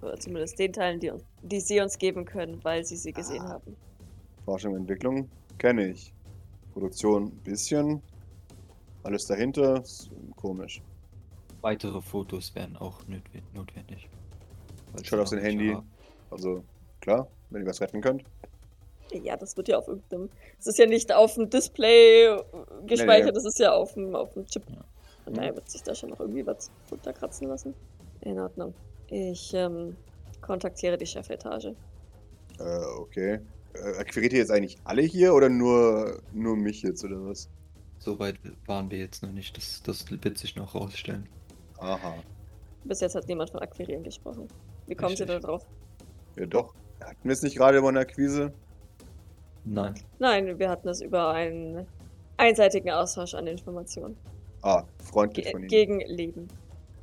B: Oder zumindest den Teilen, die, uns, die sie uns geben können, weil sie sie gesehen
C: Ah.
B: haben.
C: Forschung und Entwicklung kenne ich. Produktion ein bisschen. Alles dahinter ist komisch.
D: Weitere Fotos wären auch nötwe- notwendig. Falls
C: Schaut
D: ihr
C: aufs
D: noch welche
C: Handy.
D: habt.
C: Also, klar, wenn ihr was retten könnt.
B: Ja, das wird ja auf irgendeinem. Es ist ja nicht auf dem Display äh, gespeichert,
C: Nee, nee.
B: das ist ja auf dem, auf dem Chip.
D: Ja.
B: Von daher wird sich da schon noch irgendwie was runterkratzen lassen. In Ordnung. Ich ähm, kontaktiere die Chefetage.
C: Äh, okay. Äh, akquiriert ihr jetzt eigentlich alle hier oder nur, nur mich jetzt oder was?
D: Soweit waren wir jetzt noch nicht. Das, das wird sich noch rausstellen.
C: Aha.
B: Bis jetzt hat niemand von Akquirieren gesprochen. Wie kommen Sie da
D: Richtig.
B: drauf?
C: Ja doch. Hatten wir es nicht gerade über eine Akquise?
D: Nein.
B: Nein, wir hatten es über einen einseitigen Austausch an Informationen.
C: Ah, freundlich
B: Ge
C: von Ihnen.
B: gegen Leben.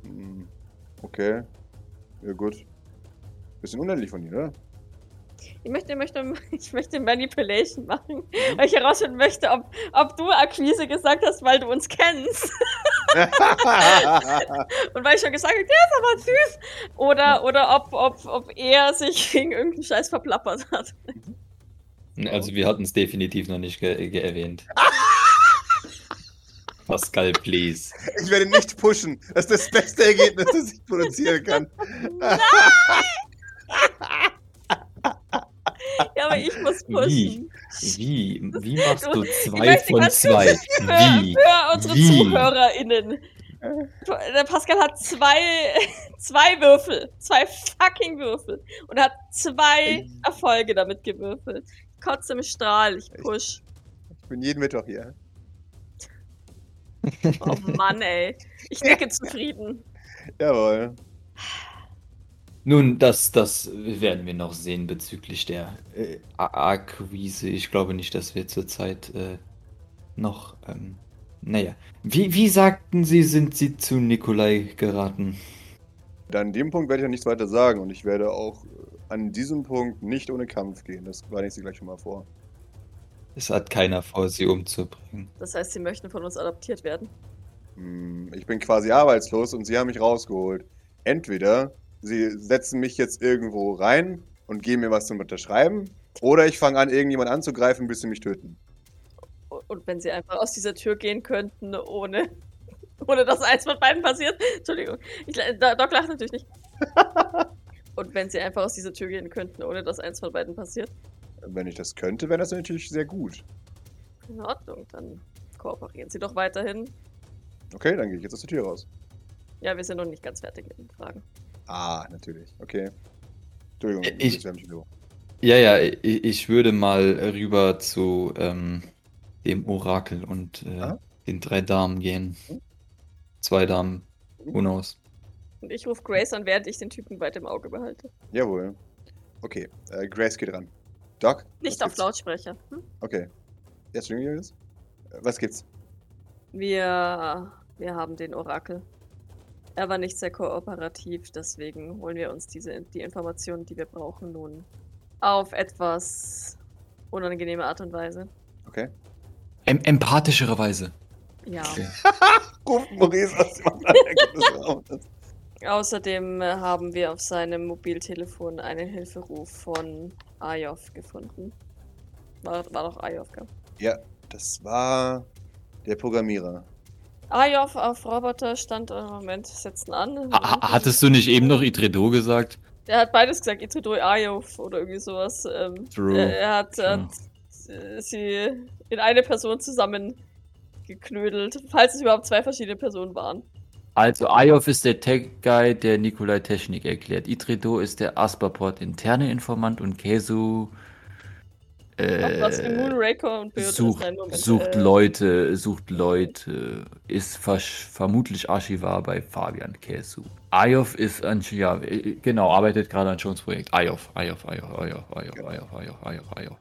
C: Hm, Okay. Ja gut. Bisschen unehrlich von ne? Ihnen, oder?
B: Ich möchte, möchte, [laughs] ich möchte Manipulation machen, weil ich herausfinden möchte, ob, ob du Akquise gesagt hast, weil du uns kennst. [laughs] Und weil ich schon gesagt habe, der ist aber süß. Oder, oder ob, ob, ob er sich [laughs] gegen irgendeinen Scheiß verplappert hat.
D: Also wir hatten es definitiv noch nicht ge ge erwähnt. Pascal, please.
C: [laughs] ich werde nicht pushen. Das ist das beste Ergebnis, das ich produzieren kann.
B: Ja, aber ich muss
D: Wie?
B: pushen.
D: Wie? Wie machst du zwei
B: möchte
D: von
B: ganz
D: zwei?
B: Für,
D: Wie?
B: für unsere
D: Wie?
B: ZuhörerInnen. Der Pascal hat zwei, [laughs] zwei Würfel. Zwei fucking Würfel. Und hat zwei Erfolge damit gewürfelt. Ich Kotze im Strahl, ich push.
C: Ich bin jeden Mittwoch hier.
D: [laughs]
B: Oh Mann, ey. Ich nicke zufrieden.
C: Jawohl.
D: Nun, das, das werden wir noch sehen bezüglich der äh, A- Akquise. Ich glaube nicht, dass wir zurzeit äh, noch. Ähm, naja. Wie, wie sagten Sie, sind Sie zu Nikolai geraten?
C: Dann an dem Punkt werde ich ja nichts weiter sagen und ich werde auch äh, an diesem Punkt nicht ohne Kampf gehen. Das war ich Sie gleich schon mal vor.
D: Es hat keiner vor, Sie umzubringen.
B: Das heißt, sie möchten von uns adoptiert werden.
C: Hm, Ich bin quasi arbeitslos und sie haben mich rausgeholt. Entweder sie setzen mich jetzt irgendwo rein und geben mir was zum Unterschreiben, oder ich fange an, irgendjemand anzugreifen, bis sie mich töten.
B: Und wenn sie einfach aus dieser Tür gehen könnten, ohne, [laughs] ohne dass eins von beiden passiert. Entschuldigung. Ich, la- Da- Doc lacht natürlich
D: [laughs]
B: nicht. Und wenn sie einfach aus dieser Tür gehen könnten, ohne dass eins von beiden passiert.
C: Wenn ich das könnte, wäre das natürlich sehr gut.
B: In Ordnung, dann kooperieren sie doch weiterhin.
C: Okay, dann gehe ich jetzt aus der Tür raus.
B: Ja, wir sind noch nicht ganz fertig mit den Fragen.
C: Ah, natürlich. Okay. Entschuldigung,
D: Äh, ich-
C: das wär mich nur-
D: Ja, ja, ich, ich würde mal rüber zu ähm, dem Orakel und äh,
C: Aha.
D: den drei Damen gehen. Zwei Damen, who knows?
B: Und ich rufe Grace an, während ich den Typen weit im Auge behalte.
C: Jawohl. Okay, äh, Grace geht ran. Doc?
B: Nicht
C: was
B: auf
C: gibt's?
B: Lautsprecher. Hm?
C: Okay. Ja, Entschuldigung, Jonas? Äh, Was gibt's?
B: Wir, wir haben den Orakel. Er war nicht sehr kooperativ, deswegen holen wir uns diese, die Informationen, die wir brauchen, nun auf etwas unangenehme Art und Weise.
C: Okay.
D: Em empathischere Weise.
B: Ja.
D: Okay.
C: Ruft Maurice aus dem anderen Ende des Raumes.
B: Außerdem äh, haben wir auf seinem Mobiltelefon einen Hilferuf von Ayov gefunden. War, war doch Ayov, gell?
C: Das war der Programmierer.
B: Ayov Ah auf Roboter stand, äh, Moment, setzen an.
F: Ha ha- hattest du nicht eben noch Itredo gesagt?
B: Er hat beides gesagt, Itridoi Ayov oder irgendwie sowas. Ähm,
F: True.
B: Er, er hat, er
F: True.
B: hat äh, sie in eine Person zusammengeknödelt, falls es überhaupt zwei verschiedene Personen waren.
F: Also, Ayov ist der Tech-Guy, der Nikolai Technik erklärt. Itredo ist der Asperport interne Informant und Kesu
B: Äh, was für Moon
F: äh,
B: Raker und Beard
F: sucht,
B: nein, Moment,
F: sucht
B: äh,
F: Leute, sucht Leute, ist versch- vermutlich Archivar bei Fabian Kesu. Ayov ist an, ja, äh, genau, arbeitet gerade an Jones Projekt. Ayov, Ayov, Ayov, Ayov, Ayov, Ayov, Ayov, Ayov, Ayov.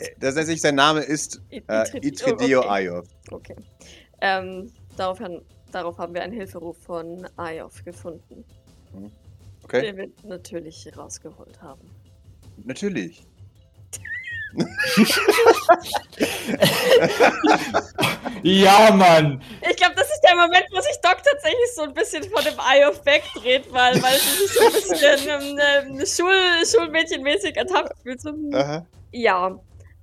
C: Äh, Tatsächlich, sein Name ist
B: It-
C: äh,
B: Itrid-
C: Itfidio
B: okay.
C: Ayov.
B: Okay. Ähm, daraufhin, darauf haben wir einen Hilferuf von Ayov gefunden,
C: Okay,
B: den wir natürlich rausgeholt haben.
C: natürlich.
D: Ja, Mann!
B: Ich glaube, das ist der Moment, wo sich Doc tatsächlich so ein bisschen von dem Eye of wegdreht, weil, weil sie sich so ein bisschen ähm, ähm, Schul Schulmädchenmäßig ertappt fühlt. So, hm,
C: Aha.
B: ja. [laughs]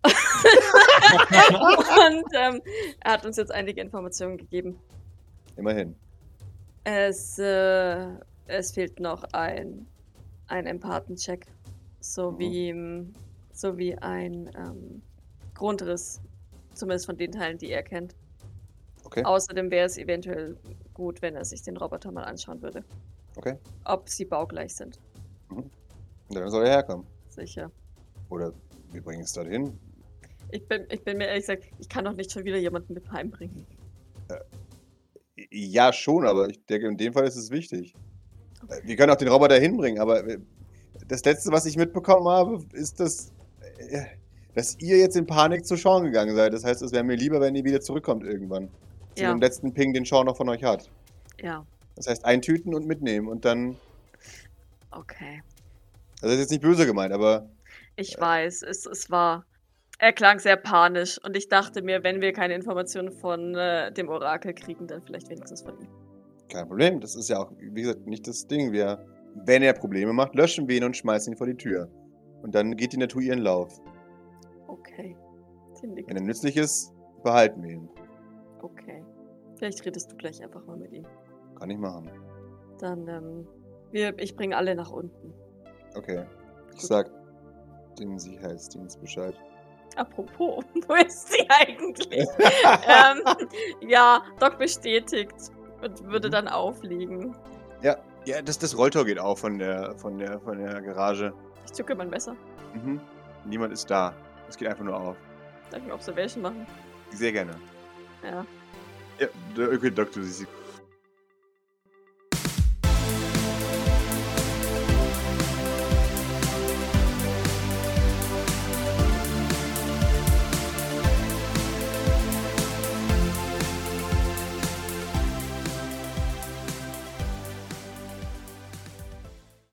B: Und ähm, er hat uns jetzt einige Informationen gegeben.
C: Immerhin.
B: Es, äh, es fehlt noch ein, ein Empathencheck
C: Mhm.
B: sowie, ähm, sowie ein ähm, Grundriss, zumindest von den Teilen, die er kennt.
C: Okay.
B: Außerdem wäre es eventuell gut, wenn er sich den Roboter mal anschauen würde.
C: Okay.
B: Ob sie baugleich sind.
C: Dann soll er herkommen.
B: Sicher.
C: Oder wir bringen es dorthin.
B: Ich bin, ich bin mir ehrlich gesagt, ich kann doch nicht schon wieder jemanden mit heimbringen.
C: Ja, schon, aber ich denke, in dem Fall ist es wichtig. Äh, Wir können auch den Roboter hinbringen, aber äh, das Letzte, was ich mitbekommen habe, ist, dass, äh, dass ihr jetzt in Panik zu Sean gegangen seid. Das heißt, es wäre mir lieber, wenn ihr wieder zurückkommt irgendwann. Zu
B: Ja.
C: dem letzten Ping, den Sean noch von euch hat.
B: Ja,
C: Das heißt, eintüten und mitnehmen und dann. also
B: okay.
C: Das ist jetzt nicht böse gemeint, aber
B: Ich weiß, es, es war. Er klang sehr panisch und ich dachte mir, wenn wir keine Informationen von äh, dem Orakel kriegen, dann vielleicht wenigstens von ihm.
C: kein Problem. Das ist ja auch, wie gesagt, nicht das Ding. Wir, wenn er Probleme macht, löschen wir ihn und schmeißen ihn vor die Tür. Und dann geht die Natur ihren Lauf.
B: Okay. Tindig.
C: Wenn er nützlich ist, behalten wir ihn.
B: Okay. Vielleicht redest du gleich einfach mal mit ihm.
C: Kann ich machen.
B: Dann, ähm, wir, ich bringe alle nach unten.
C: Okay. Ich
B: Gut.
C: sag dem Sicherheitsdienst
B: [laughs]
C: Bescheid.
B: Apropos, [laughs] wo ist sie eigentlich? ähm, ja, Doc bestätigt und würde
C: Mhm.
B: dann aufliegen.
C: Ja, ja das, das Rolltor geht auf von der, von der, von der Garage.
B: Ich zücke mein Messer.
C: Mhm. Niemand ist da. Es geht einfach nur auf.
B: Darf ich eine Observation machen?
C: Sehr gerne.
B: Ja.
C: Ja, d- okay, Doc, du siehst sie